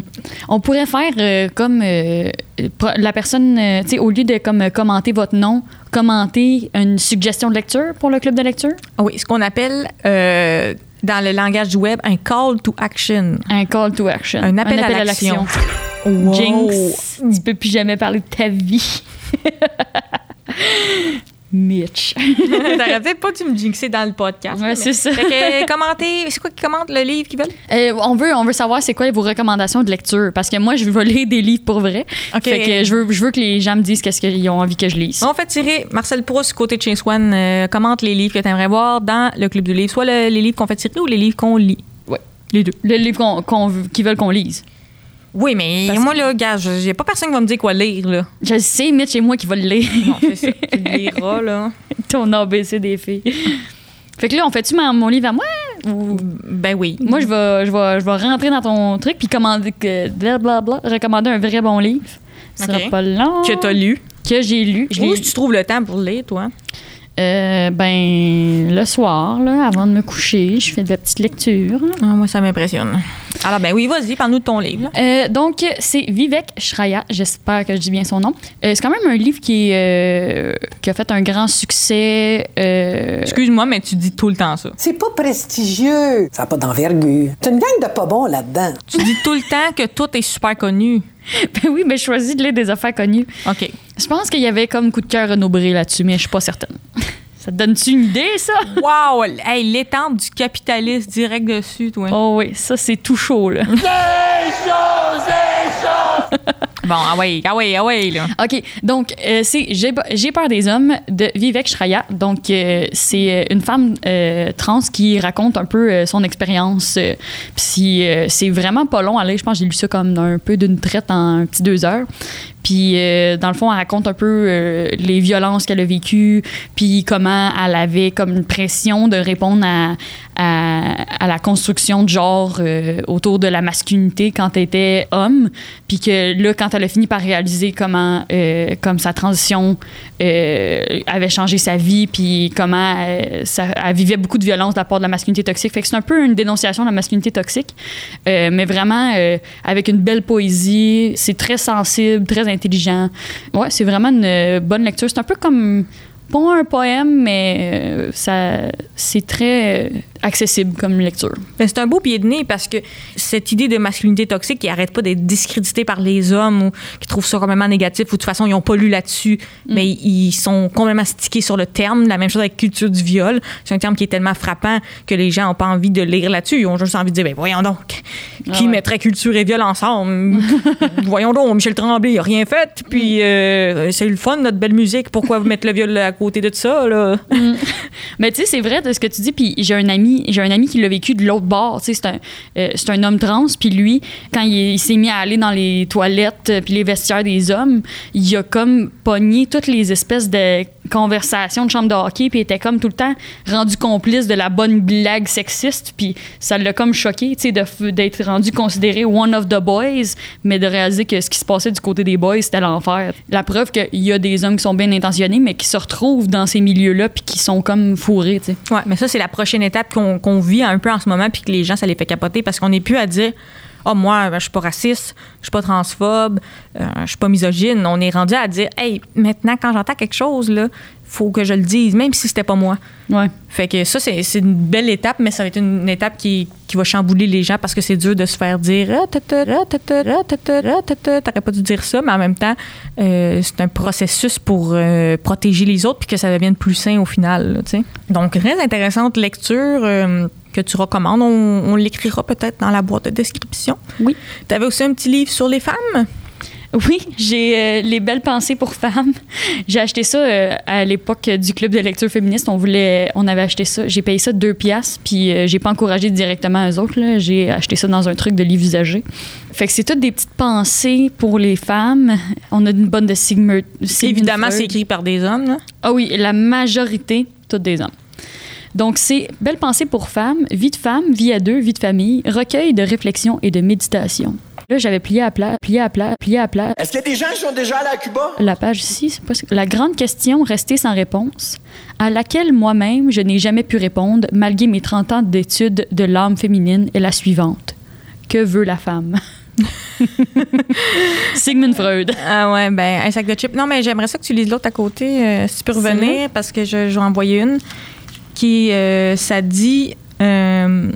[SPEAKER 1] On pourrait faire euh, comme euh, pro- la personne, euh, tu sais, au lieu de comme euh, commenter votre nom, commenter une suggestion de lecture pour le club de lecture.
[SPEAKER 2] Ah Oui, ce qu'on appelle, euh, dans le langage du web, un call to action.
[SPEAKER 1] Un call to action.
[SPEAKER 2] Un appel, à l'action. Wow.
[SPEAKER 1] Jinx, tu peux plus jamais parler de ta vie. Mitch.
[SPEAKER 2] T'aurais peut-être pas dû me jinxer dans le podcast.
[SPEAKER 1] Ouais,
[SPEAKER 2] mais-
[SPEAKER 1] c'est ça.
[SPEAKER 2] Fait que, euh, commentez, c'est quoi qui commente le livre qu'ils veulent?
[SPEAKER 1] Euh, on, veut, on veut savoir c'est quoi vos recommandations de lecture parce que moi, je veux lire des livres pour vrai.
[SPEAKER 2] Ok.
[SPEAKER 1] Fait que je veux, je veux que les gens me disent qu'est-ce qu'ils ont envie que je lise.
[SPEAKER 2] On fait tirer Marcel Proust, côté de chez Swan, euh, commente les livres que tu aimerais voir dans le club du livre. Soit le- les livres qu'on fait tirer ou les livres qu'on lit.
[SPEAKER 1] Ouais.
[SPEAKER 2] Les deux.
[SPEAKER 1] Le livre qu'on, qu'on veut- qu'ils veulent qu'on lise.
[SPEAKER 2] Oui, mais
[SPEAKER 1] Parce
[SPEAKER 2] moi, là, gars, je- j'ai pas personne qui va me dire quoi lire, là.
[SPEAKER 1] Je sais, Mitch et moi qui va le lire.
[SPEAKER 2] Non, c'est ça. tu le liras, là.
[SPEAKER 1] Ton ABC des filles. Fait que là, on fait-tu ma- mon livre à
[SPEAKER 2] Mm-hmm.
[SPEAKER 1] moi? Ou...
[SPEAKER 2] Ben oui.
[SPEAKER 1] Moi, je vais, je, vais, je vais rentrer dans ton truc puis commander que blablabla, recommander un vrai bon livre. Ce sera
[SPEAKER 2] Ok.
[SPEAKER 1] pas long.
[SPEAKER 2] Que t'as lu.
[SPEAKER 1] Que j'ai lu.
[SPEAKER 2] Où est-ce que tu trouves le temps pour lire, toi?
[SPEAKER 1] Euh, ben, le soir, là, avant de me coucher, je fais de la petite lecture. là.
[SPEAKER 2] Ah, moi, ça m'impressionne. Alors, ben oui, vas-y, parle-nous de ton livre, là.
[SPEAKER 1] Euh, donc, c'est Vivek Shraya, j'espère que je dis bien son nom. Euh, c'est quand même un livre qui, est, euh, qui a fait un grand succès. euh,
[SPEAKER 2] Excuse-moi, mais tu dis tout le temps ça.
[SPEAKER 6] C'est pas prestigieux. Ça n'a pas d'envergure. C'est une gang de pas bons là-dedans.
[SPEAKER 2] Tu dis tout le temps que tout est super connu.
[SPEAKER 1] ben oui, mais je choisis de lire des affaires connues.
[SPEAKER 2] OK.
[SPEAKER 1] Je pense qu'il y avait comme coup de cœur Renaud Bré là-dessus, mais je suis pas certaine. ça te donne-tu une idée, ça?
[SPEAKER 2] Wow! Hey, l'étente du capitaliste direct dessus, toi.
[SPEAKER 1] Oh oui, ça, c'est tout chaud, là.
[SPEAKER 2] Bon, ah ouais, ah ouais, ah ouais, là.
[SPEAKER 1] OK. Donc, euh, c'est J'ai J'ai peur des hommes de Vivek Shraya. Donc, euh, c'est euh, une femme euh, trans qui raconte un peu euh, son expérience. euh, Puis, euh, c'est vraiment pas long à lire. Je pense que j'ai lu ça comme un peu d'une traite en un petit deux heures. Puis, euh, dans le fond, elle raconte un peu euh, les violences qu'elle a vécues, puis comment elle avait comme une pression de répondre à, à, à la construction de genre euh, autour de la masculinité quand elle était homme. Puis que là, quand elle a fini par réaliser comment euh, comme sa transition euh, avait changé sa vie, puis comment euh, ça, elle vivait beaucoup de violence de la part de la masculinité toxique. Fait que c'est un peu une dénonciation de la masculinité toxique, euh, mais vraiment euh, avec une belle poésie. C'est très sensible, très intelligent. Ouais, c'est vraiment une euh, bonne lecture. C'est un peu comme, pas un poème, mais euh, ça, c'est très euh, accessible comme lecture.
[SPEAKER 2] Mais Ben, c'est un beau pied de nez parce que cette idée de masculinité toxique qui arrête pas d'être discréditée par les hommes ou qui trouvent ça complètement négatif ou de toute façon ils ont pas lu là-dessus, mais ils sont complètement stickés sur le terme. La même chose avec culture du viol. C'est un terme qui est tellement frappant que les gens ont pas envie de lire là-dessus. Ils ont juste envie de dire, ben voyons donc, qui
[SPEAKER 1] ouais.
[SPEAKER 2] mettrait culture et viol ensemble? voyons donc, Michel Tremblay, il a rien fait. Puis euh, c'est le fun, notre belle musique. Pourquoi vous mettre le viol à côté de ça, là?
[SPEAKER 1] Mais tu sais, c'est vrai de ce que tu dis. Puis j'ai un ami, j'ai un ami qui l'a vécu de l'autre bord. Tu sais, c'est un, euh, c'est un homme trans. Puis lui, quand il, il s'est mis à aller dans les toilettes euh, puis les vestiaires des hommes, il a comme pogné toutes les espèces de conversations de chambre de hockey. Puis il était comme tout le temps rendu complice de la bonne blague sexiste. Puis ça l'a comme choqué, tu sais, de f- d'être rendu considéré one of the boys, mais de réaliser que ce qui se passait du côté des boys, c'était l'enfer. La preuve qu'il y a des hommes qui sont bien intentionnés, mais qui se retrouvent dans ces milieux-là puis qui sont comme fourrés, tu sais.
[SPEAKER 2] Ouais, mais ça, c'est la prochaine étape qu'on qu'on vit un peu en ce moment, puis que les gens, ça les fait capoter parce qu'on n'est plus à dire Ah, moi, ben, je suis pas raciste, je suis pas transphobe, euh, je suis pas misogyne. On est rendu à dire Hey, maintenant, quand j'entends quelque chose, là, faut que je le dise, même si c'était pas moi.
[SPEAKER 1] Ouais.
[SPEAKER 2] Fait que ça, c'est c'est une belle étape, mais ça va être une étape qui, qui va chambouler les gens parce que c'est dur de se faire dire Ah, tata, ah, tata, ah, tata, ah, tata. t'aurais pas dû dire ça, mais en même temps, euh, c'est un processus pour euh, protéger les autres puis que ça devienne plus sain au final. là, tu sais. Donc, très intéressante lecture. euh, que tu recommandes, on, on l'écrira peut-être dans la boîte de description.
[SPEAKER 1] Oui.
[SPEAKER 2] Tu avais aussi un petit livre sur les femmes.
[SPEAKER 1] Oui, j'ai euh, Les Belles Pensées pour femmes. J'ai acheté ça euh, à l'époque du club de lecture féministe. On voulait, on avait acheté ça. J'ai payé ça deux piastres, puis euh, j'ai pas encouragé directement aux autres. là. J'ai acheté ça dans un truc de livre usagé. Fait que c'est toutes des petites pensées pour les femmes. On a une bonne de Sigmund. Sigmund
[SPEAKER 2] Évidemment,
[SPEAKER 1] Freud.
[SPEAKER 2] c'est écrit par des hommes. là.
[SPEAKER 1] Ah oui, la majorité, toutes des hommes. Donc, c'est Belle pensée pour femmes, vie de femme, vie à deux, vie de famille, recueil de réflexion et de méditation. Là, j'avais plié à plat, plié à plat, plié à plat.
[SPEAKER 7] Est-ce qu'il y a des gens qui sont déjà allés à Cuba?
[SPEAKER 1] La page ici, c'est pas ce- la grande question restée sans réponse, à laquelle moi-même je n'ai jamais pu répondre malgré mes 30 ans d'études de l'âme féminine est la suivante. Que veut la femme? Sigmund Freud.
[SPEAKER 2] Ah ouais, ben un sac de chips. Non, mais j'aimerais ça que tu lises l'autre à côté, euh, si tu peux revenir, parce que je, je vais en envoyer une, qui, euh, ça dit, euh,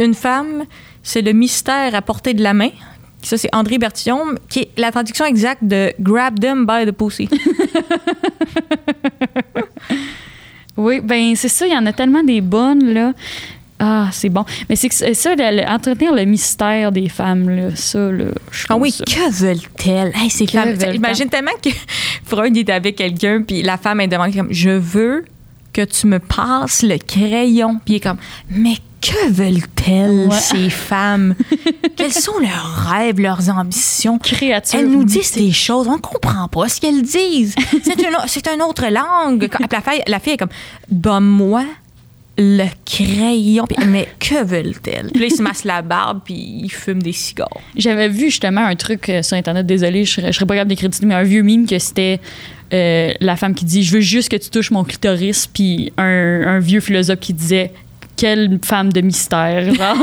[SPEAKER 2] une femme, c'est le mystère à portée de la main. Ça, c'est André Bertillon, qui est la traduction exacte de « grab them by the pussy
[SPEAKER 1] Oui, ben c'est ça, il y en a tellement des bonnes, là. Ah, c'est bon. Mais c'est que c'est ça, le- le- entretenir le mystère des femmes, là, ça, là, je ».
[SPEAKER 2] Ah
[SPEAKER 1] trouve
[SPEAKER 2] oui,
[SPEAKER 1] ça.
[SPEAKER 2] que veulent-elles? Hey, c'est
[SPEAKER 1] Que
[SPEAKER 2] femme-
[SPEAKER 1] veulent-elles?
[SPEAKER 2] J'imagine tellement que Freud est avec quelqu'un, puis la femme, elle demande comme « je veux que tu me passes le crayon ». Puis il est comme « mais que veulent-elles
[SPEAKER 1] Ouais.
[SPEAKER 2] ces femmes? Quels sont leurs rêves, leurs ambitions?
[SPEAKER 1] Créature.
[SPEAKER 2] Elles nous disent des choses, on ne comprend pas ce qu'elles disent. C'est une, au- c'est une autre langue. Quand- puis la, fille, la fille est comme Donne-moi le crayon. Puis, mais que veulent-elles? Puis là, il se masse la barbe, puis il fume des cigares.
[SPEAKER 1] J'avais vu justement un truc euh, sur Internet, désolé, je serais, je serais pas capable d'écrire dessus, mais un vieux mime que c'était euh, la femme qui dit Je veux juste que tu touches mon clitoris, puis un, un vieux philosophe qui disait Quelle femme de mystère, genre,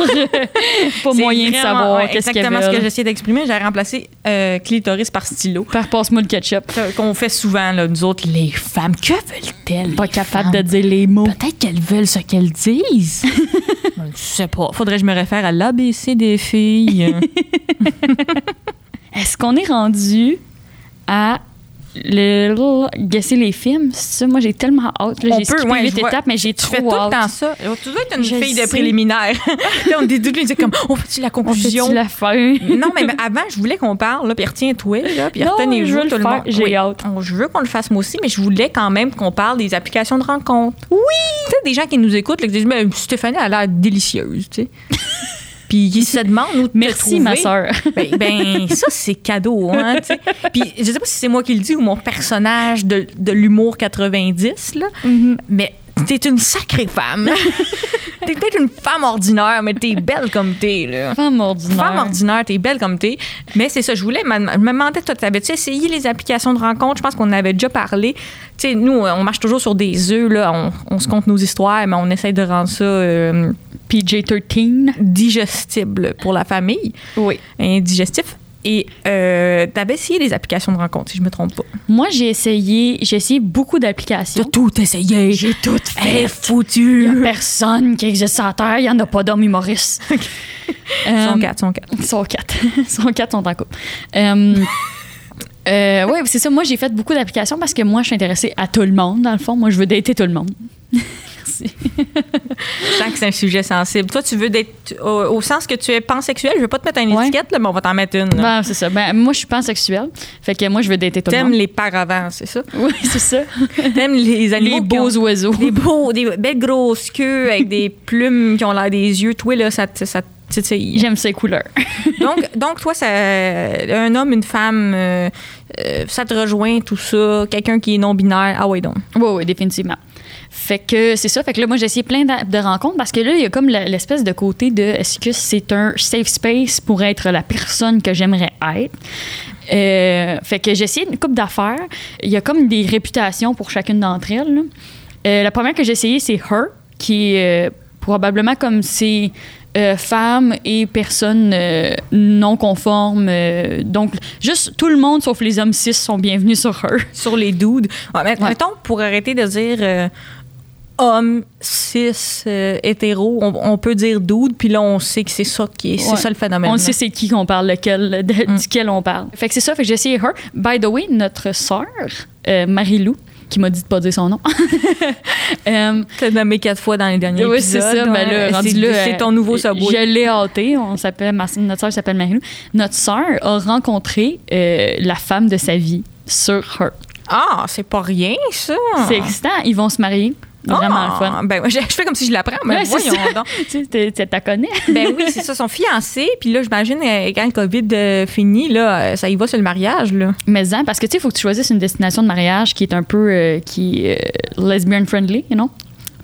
[SPEAKER 1] pas
[SPEAKER 2] C'est
[SPEAKER 1] moyen de
[SPEAKER 2] vraiment,
[SPEAKER 1] savoir
[SPEAKER 2] ouais,
[SPEAKER 1] qu'est-ce qu'elle
[SPEAKER 2] exactement ce que
[SPEAKER 1] veut.
[SPEAKER 2] j'essayais d'exprimer. J'ai remplacé euh, clitoris par stylo.
[SPEAKER 1] Faire passe-moi le ketchup.
[SPEAKER 2] Que- Qu'on fait souvent, là, nous autres, les femmes. Que veulent-elles?
[SPEAKER 1] Pas
[SPEAKER 2] les
[SPEAKER 1] capable de
[SPEAKER 2] femmes?
[SPEAKER 1] dire les mots.
[SPEAKER 2] Peut-être qu'elles veulent ce qu'elles disent. Je sais pas. Faudrait que je me réfère à l'ABC des filles. Euh,
[SPEAKER 1] Est-ce qu'on est rendu à le guesser les films? C'est ça? Moi, j'ai tellement hâte. là.
[SPEAKER 2] On
[SPEAKER 1] J'ai
[SPEAKER 2] peut,
[SPEAKER 1] skippé
[SPEAKER 2] ouais,
[SPEAKER 1] huit
[SPEAKER 2] je vois.
[SPEAKER 1] étapes, mais j'ai
[SPEAKER 2] Tu
[SPEAKER 1] trop
[SPEAKER 2] fais tout le
[SPEAKER 1] hâte.
[SPEAKER 2] temps ça. Tu dois être une
[SPEAKER 1] Je
[SPEAKER 2] fille
[SPEAKER 1] sais.
[SPEAKER 2] de préliminaire. là, on déduit, on dit comme, on fait-tu la
[SPEAKER 1] On fait
[SPEAKER 2] conclusion?
[SPEAKER 1] la fin?
[SPEAKER 2] non, mais ben, avant, je voulais qu'on parle, là, puis retiens-toi, là, puis
[SPEAKER 1] Non,
[SPEAKER 2] retenez
[SPEAKER 1] je veux
[SPEAKER 2] vous
[SPEAKER 1] le
[SPEAKER 2] tout le
[SPEAKER 1] faire,
[SPEAKER 2] monde.
[SPEAKER 1] j'ai hâte.
[SPEAKER 2] On- Je veux qu'on le fasse moi aussi, mais je voulais quand même qu'on parle des applications de rencontres. Oui! Tu sais, des gens qui nous écoutent, là, qui disent, mais Stéphanie, elle a l'air délicieuse, tu sais. Puis qui se demandent où te
[SPEAKER 1] Merci, ma
[SPEAKER 2] trouver.
[SPEAKER 1] sœur.
[SPEAKER 2] Ben, ben, ça, c'est cadeau. Hein, tu sais. Puis, je sais pas si c'est moi qui le dis ou mon personnage de, de l'humour 90, là,
[SPEAKER 1] Mm-hmm.
[SPEAKER 2] mais t'es une sacrée femme. t'es peut-être une femme ordinaire, mais t'es belle comme t'es. Là.
[SPEAKER 1] Femme ordinaire.
[SPEAKER 2] Femme ordinaire, t'es belle comme t'es. Mais c'est ça, je voulais. ma- Je me demandais, toi, t'avais-tu essayé les applications de rencontre? Je pense qu'on en avait déjà parlé. Tu sais, nous, on marche toujours sur des œufs, là. On, on se compte nos histoires, mais on essaye de rendre ça euh,
[SPEAKER 1] PJ-13.
[SPEAKER 2] digestible pour la famille
[SPEAKER 1] Oui.
[SPEAKER 2] indigestif. Et euh, t'avais essayé les applications de rencontre, si je me trompe pas.
[SPEAKER 1] Moi, j'ai essayé, j'ai essayé beaucoup d'applications.
[SPEAKER 2] tout essayé. J'ai tout fait. foutu.
[SPEAKER 1] Il y a personne qui existe sur la Terre, il n'y en a pas d'homme humoriste. Euh,
[SPEAKER 2] Son 4, son 4.
[SPEAKER 1] Ils sont quatre. Ils sont quatre, sont en couple. Euh, euh, ouais, c'est ça. Moi, j'ai fait beaucoup d'applications parce que moi, je suis intéressée à tout le monde, dans le fond. Moi, je veux dater tout le monde. Merci.
[SPEAKER 2] Je sens que c'est un sujet sensible. Toi, tu veux d'être au, au sens que tu es pansexuel. Je veux pas te mettre une
[SPEAKER 1] Ouais.
[SPEAKER 2] étiquette, là, mais on va t'en mettre une. là.
[SPEAKER 1] Ben, c'est ça. Ben, moi, je suis pansexuelle. Fait que moi, je veux dater tout le
[SPEAKER 2] T'aimes
[SPEAKER 1] monde.
[SPEAKER 2] les paravents, c'est ça?
[SPEAKER 1] Oui, c'est ça.
[SPEAKER 2] T'aimes les animaux.
[SPEAKER 1] Les
[SPEAKER 2] qui
[SPEAKER 1] beaux
[SPEAKER 2] ont-
[SPEAKER 1] oiseaux.
[SPEAKER 2] Des beaux, des belles grosses queues avec des plumes qui ont l'air des yeux. Toi, là, ça te. Ça, te titille.
[SPEAKER 1] J'aime ces couleurs.
[SPEAKER 2] donc, donc, toi, ça, un homme, une femme, euh, euh, ça te rejoint, tout ça. Quelqu'un qui est non-binaire, ah ouais, donc.
[SPEAKER 1] Oui, oui, définitivement. Fait que c'est ça. Fait que là, moi, j'ai essayé plein d'a- de rencontres parce que là, il y a comme la- l'espèce de côté de est-ce que c'est un safe space pour être la personne que j'aimerais être? Euh, fait que j'ai essayé une coupe d'affaires. Il y a comme des réputations pour chacune d'entre elles. là. Euh, la première que j'ai essayée, c'est Her, qui est euh, probablement comme c'est euh, femmes et personnes euh, non conformes. euh, donc, juste tout le monde, sauf les hommes cis, sont bienvenus sur Her.
[SPEAKER 2] sur les dudes. Ouais, mais
[SPEAKER 1] Ouais.
[SPEAKER 2] Mettons, pour arrêter de dire euh, homme, cis, euh, hétéro, on, on peut dire dude, puis là, on sait que c'est ça qui est, c'est
[SPEAKER 1] Ouais.
[SPEAKER 2] ça le phénomène.
[SPEAKER 1] On
[SPEAKER 2] là. Mm.
[SPEAKER 1] le sait c'est qui qu'on parle, lequel, de- duquel on parle. Fait que c'est ça, fait que j'ai essayé Her. By the way, notre sœur, euh, Marie-Lou, qui m'a dit de pas dire son nom. Euh,
[SPEAKER 2] Tu l'as nommé quatre fois dans les derniers
[SPEAKER 1] oui, c'est
[SPEAKER 2] épisodes.
[SPEAKER 1] ça. ben
[SPEAKER 2] ouais.
[SPEAKER 1] là, rendu
[SPEAKER 2] C'est-
[SPEAKER 1] là,
[SPEAKER 2] C'est
[SPEAKER 1] euh,
[SPEAKER 2] ton nouveau Subway.
[SPEAKER 1] Je l'ai hâté. On s'appelle, ma- notre sœur s'appelle Marie-Lou. Notre sœur a rencontré euh, la femme de sa vie sur Her.
[SPEAKER 2] Ah, c'est pas rien, ça.
[SPEAKER 1] C'est excitant. Ils vont se marier. Vraiment le
[SPEAKER 2] Ah,
[SPEAKER 1] fun.
[SPEAKER 2] Ben, ouais, je, je fais comme si je l'apprends, mais
[SPEAKER 1] Ouais, c'est
[SPEAKER 2] voyons
[SPEAKER 1] ça.
[SPEAKER 2] donc.
[SPEAKER 1] Tu sais, t'es- t'es- t'as connais.
[SPEAKER 2] Ben oui, c'est ça, sont fiancés, puis là, j'imagine, euh, quand le COVID euh, finit, là, euh, ça y va sur le mariage, là.
[SPEAKER 1] Mais hein, parce que tu sais, il faut que tu choisisses une destination de mariage qui est un peu euh, qui est euh, lesbian friendly, you know?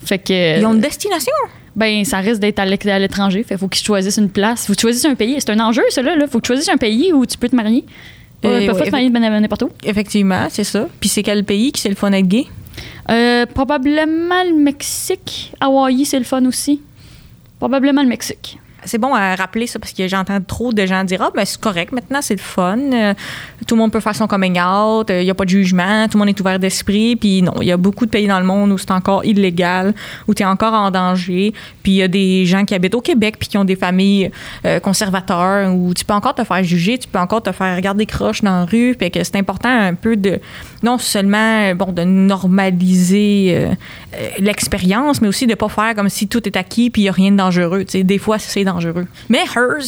[SPEAKER 1] Fait que
[SPEAKER 2] Ils ont une destination.
[SPEAKER 1] ben ça risque d'être à l'é- à l'étranger. Fait faut qu'ils choisissent une place. Faut que tu choisisses un pays. C'est un enjeu, ça, là. là. Faut que tu choisisses un pays où tu peux te marier.
[SPEAKER 2] Euh,
[SPEAKER 1] Euh, ils peuvent
[SPEAKER 2] ouais,
[SPEAKER 1] pas te marier de ben- n'importe où.
[SPEAKER 2] Effectivement, c'est ça. Puis c'est quel pays qui c'est le fun d'être gay?
[SPEAKER 1] Euh, probablement le Mexique. Hawaï, c'est le fun aussi. Probablement le Mexique.
[SPEAKER 2] C'est bon à rappeler ça parce que j'entends trop de gens dire Ah, ben c'est correct, maintenant c'est le fun. Euh, tout le monde peut faire son coming out, il n'y a pas de jugement, tout le monde est ouvert d'esprit. Puis non, il y a beaucoup de pays dans le monde où c'est encore illégal, où tu es encore en danger. Puis il y a des gens qui habitent au Québec puis qui ont des familles euh, conservateurs où tu peux encore te faire juger, tu peux encore te faire regarder croche dans la rue. Puis que c'est important un peu de non seulement euh, bon, de normaliser euh, euh, l'expérience, mais aussi de pas faire comme si tout est acquis puis il n'y a rien de dangereux. Tu sais, des fois, c'est dangereux. Mais Hers,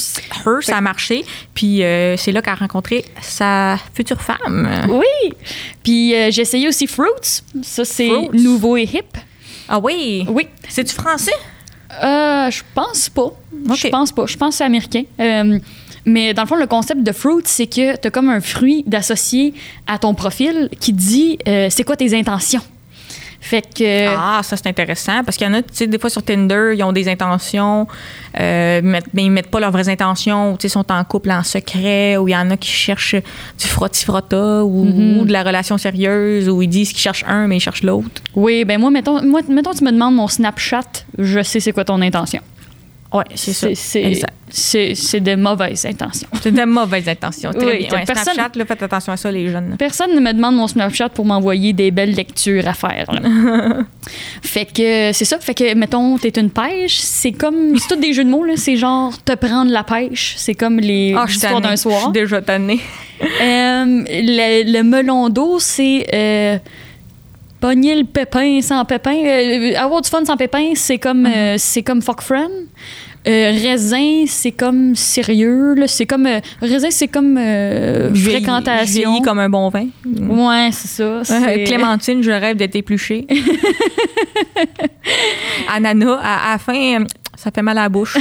[SPEAKER 2] Hers, ça a marché. Puis euh, c'est là qu'elle a rencontré sa future femme.
[SPEAKER 1] Oui! Puis euh, j'ai essayé aussi Fruits. Ça, c'est
[SPEAKER 2] Fruits.
[SPEAKER 1] nouveau et hip.
[SPEAKER 2] Ah oui!
[SPEAKER 1] Oui.
[SPEAKER 2] C'est-tu français?
[SPEAKER 1] Euh, je pense pas. Je
[SPEAKER 2] Ok.
[SPEAKER 1] pense pas. Je pense que c'est américain. Euh, mais dans le fond, le concept de fruit, c'est que tu as comme un fruit d'associé à ton profil qui dit euh, c'est quoi tes intentions. Fait que.
[SPEAKER 2] Ah, ça c'est intéressant parce qu'il y en a, tu sais, des fois sur Tinder, ils ont des intentions, euh, mais, mais ils mettent pas leurs vraies intentions, ou tu sais, ils sont en couple en secret, ou il y en a qui cherchent du frotti-frotta ou, ou de la relation sérieuse, ou ils disent qu'ils cherchent un, mais ils cherchent l'autre.
[SPEAKER 1] Oui, ben moi mettons, moi, mettons, tu me demandes mon Snapchat, je sais c'est quoi ton intention.
[SPEAKER 2] Ouais, c'est ça.
[SPEAKER 1] C'est
[SPEAKER 2] Exact.
[SPEAKER 1] c'est- c'est de mauvaises intentions.
[SPEAKER 2] C'est de mauvaises intentions. Très
[SPEAKER 1] Oui,
[SPEAKER 2] bien.
[SPEAKER 1] t'as
[SPEAKER 2] Ouais,
[SPEAKER 1] personne-
[SPEAKER 2] Snapchat, là, faites attention à ça, les jeunes.
[SPEAKER 1] Personne ne me demande mon Snapchat pour m'envoyer des belles lectures à faire. là. fait que c'est ça. Fait que, mettons, t'es une pêche. C'est comme. C'est tout des jeux de mots, là. C'est genre te prendre la pêche. C'est comme les
[SPEAKER 2] Ah, je suis
[SPEAKER 1] histoires
[SPEAKER 2] tannée.
[SPEAKER 1] d'un
[SPEAKER 2] Je suis
[SPEAKER 1] soir.
[SPEAKER 2] déjà tannée.
[SPEAKER 1] Euh, le, le melon d'eau, c'est. euh, Pogner le pépin sans pépin. Euh, avoir du fun sans pépin, c'est comme,
[SPEAKER 2] Mhm.
[SPEAKER 1] euh, c'est comme fuck friend. Euh, raisin, c'est comme sérieux. là. C'est comme. euh, raisin, c'est comme euh,
[SPEAKER 2] Je vieillis- Je
[SPEAKER 1] fréquentation.
[SPEAKER 2] vieillis comme un bon vin.
[SPEAKER 1] Ouais, c'est ça. c'est-
[SPEAKER 2] Euh, Clémentine, je rêve d'être épluchée. Ananas, à, à la fin, euh, ça fait mal à la bouche.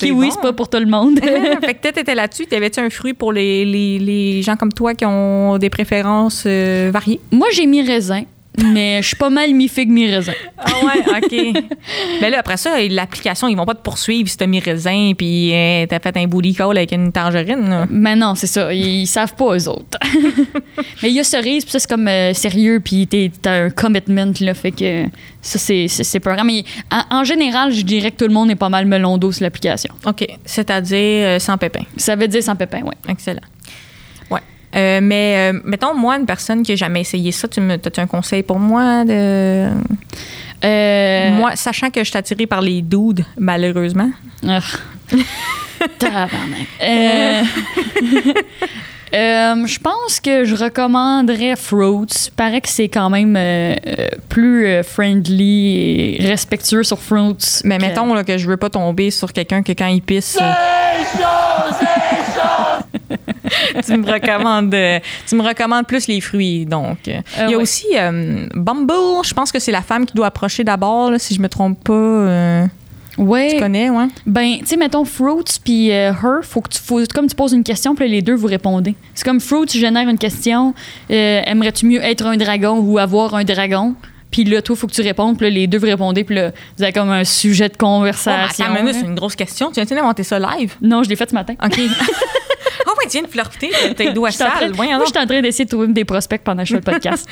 [SPEAKER 1] Kiwi,
[SPEAKER 2] bon.
[SPEAKER 1] c'est pas pour tout le monde.
[SPEAKER 2] fait que peut-être t'étais là-dessus. T'avais-tu un fruit pour les, les, les gens comme toi qui ont des préférences euh, variées?
[SPEAKER 1] Moi, j'ai mis raisin. mais je suis pas mal mi-figue, mi-raisin.
[SPEAKER 2] Ah ouais, OK. Mais là, après ça, l'application, ils vont pas te poursuivre si t'as mis raisin puis euh, t'as fait un booty call avec une tangerine. là.
[SPEAKER 1] Mais non, c'est ça. Ils, ils savent pas, eux autres. mais il y a cerise, puis ça, c'est comme euh, sérieux, puis t'es- t'as un commitment, là. Fait que ça, c'est- c'est c'est peurant. Mais en, en général, je dirais que tout le monde est pas mal melon d'eau sur l'application.
[SPEAKER 2] OK. C'est-à-dire euh, sans pépin.
[SPEAKER 1] Ça veut dire sans pépin, ouais.
[SPEAKER 2] Excellent. Ouais. Euh, mais euh, mettons, moi, une personne qui n'a jamais essayé ça, tu me, as-tu un conseil pour moi? De...
[SPEAKER 1] Euh,
[SPEAKER 2] Moi, sachant que je suis attirée par les dudes, malheureusement.
[SPEAKER 1] Ugh. Tabarnak. Euh, euh, je pense que je recommanderais Fruits. Paraît que c'est quand même euh, euh, plus euh, friendly et respectueux sur Fruits.
[SPEAKER 2] Mais
[SPEAKER 1] que-
[SPEAKER 2] mettons là, que je veux pas tomber sur quelqu'un que quand il pisse. euh, tu me recommandes euh, tu me recommandes plus les fruits donc Euh, il y a
[SPEAKER 1] ouais.
[SPEAKER 2] aussi euh, Bumble je pense que c'est la femme qui doit approcher d'abord là, si je me trompe pas euh, tu
[SPEAKER 1] Ouais.
[SPEAKER 2] connais ouais
[SPEAKER 1] Ben, tu sais, mettons Fruits puis euh, Her, faut que tu, faut- comme tu poses une question, puis là, les deux vous répondez. C'est comme Fruits génère une question euh, aimerais-tu mieux être un dragon ou avoir un dragon Puis là, toi, faut que tu répondes, puis là, les deux vous répondez, puis là, vous avez comme un sujet de
[SPEAKER 2] Ah,
[SPEAKER 1] conversation.
[SPEAKER 2] attends une minute,
[SPEAKER 1] là.
[SPEAKER 2] c'est une grosse question tu viens-tu d'inventer ça live
[SPEAKER 1] Non, je l'ai fait ce matin.
[SPEAKER 2] ok ah ouais tu viens de flirter tes doigts
[SPEAKER 1] J'étais en train-
[SPEAKER 2] sales voyons
[SPEAKER 1] moi,
[SPEAKER 2] donc.
[SPEAKER 1] je suis en train d'essayer de trouver des prospects pendant que je fais le podcast.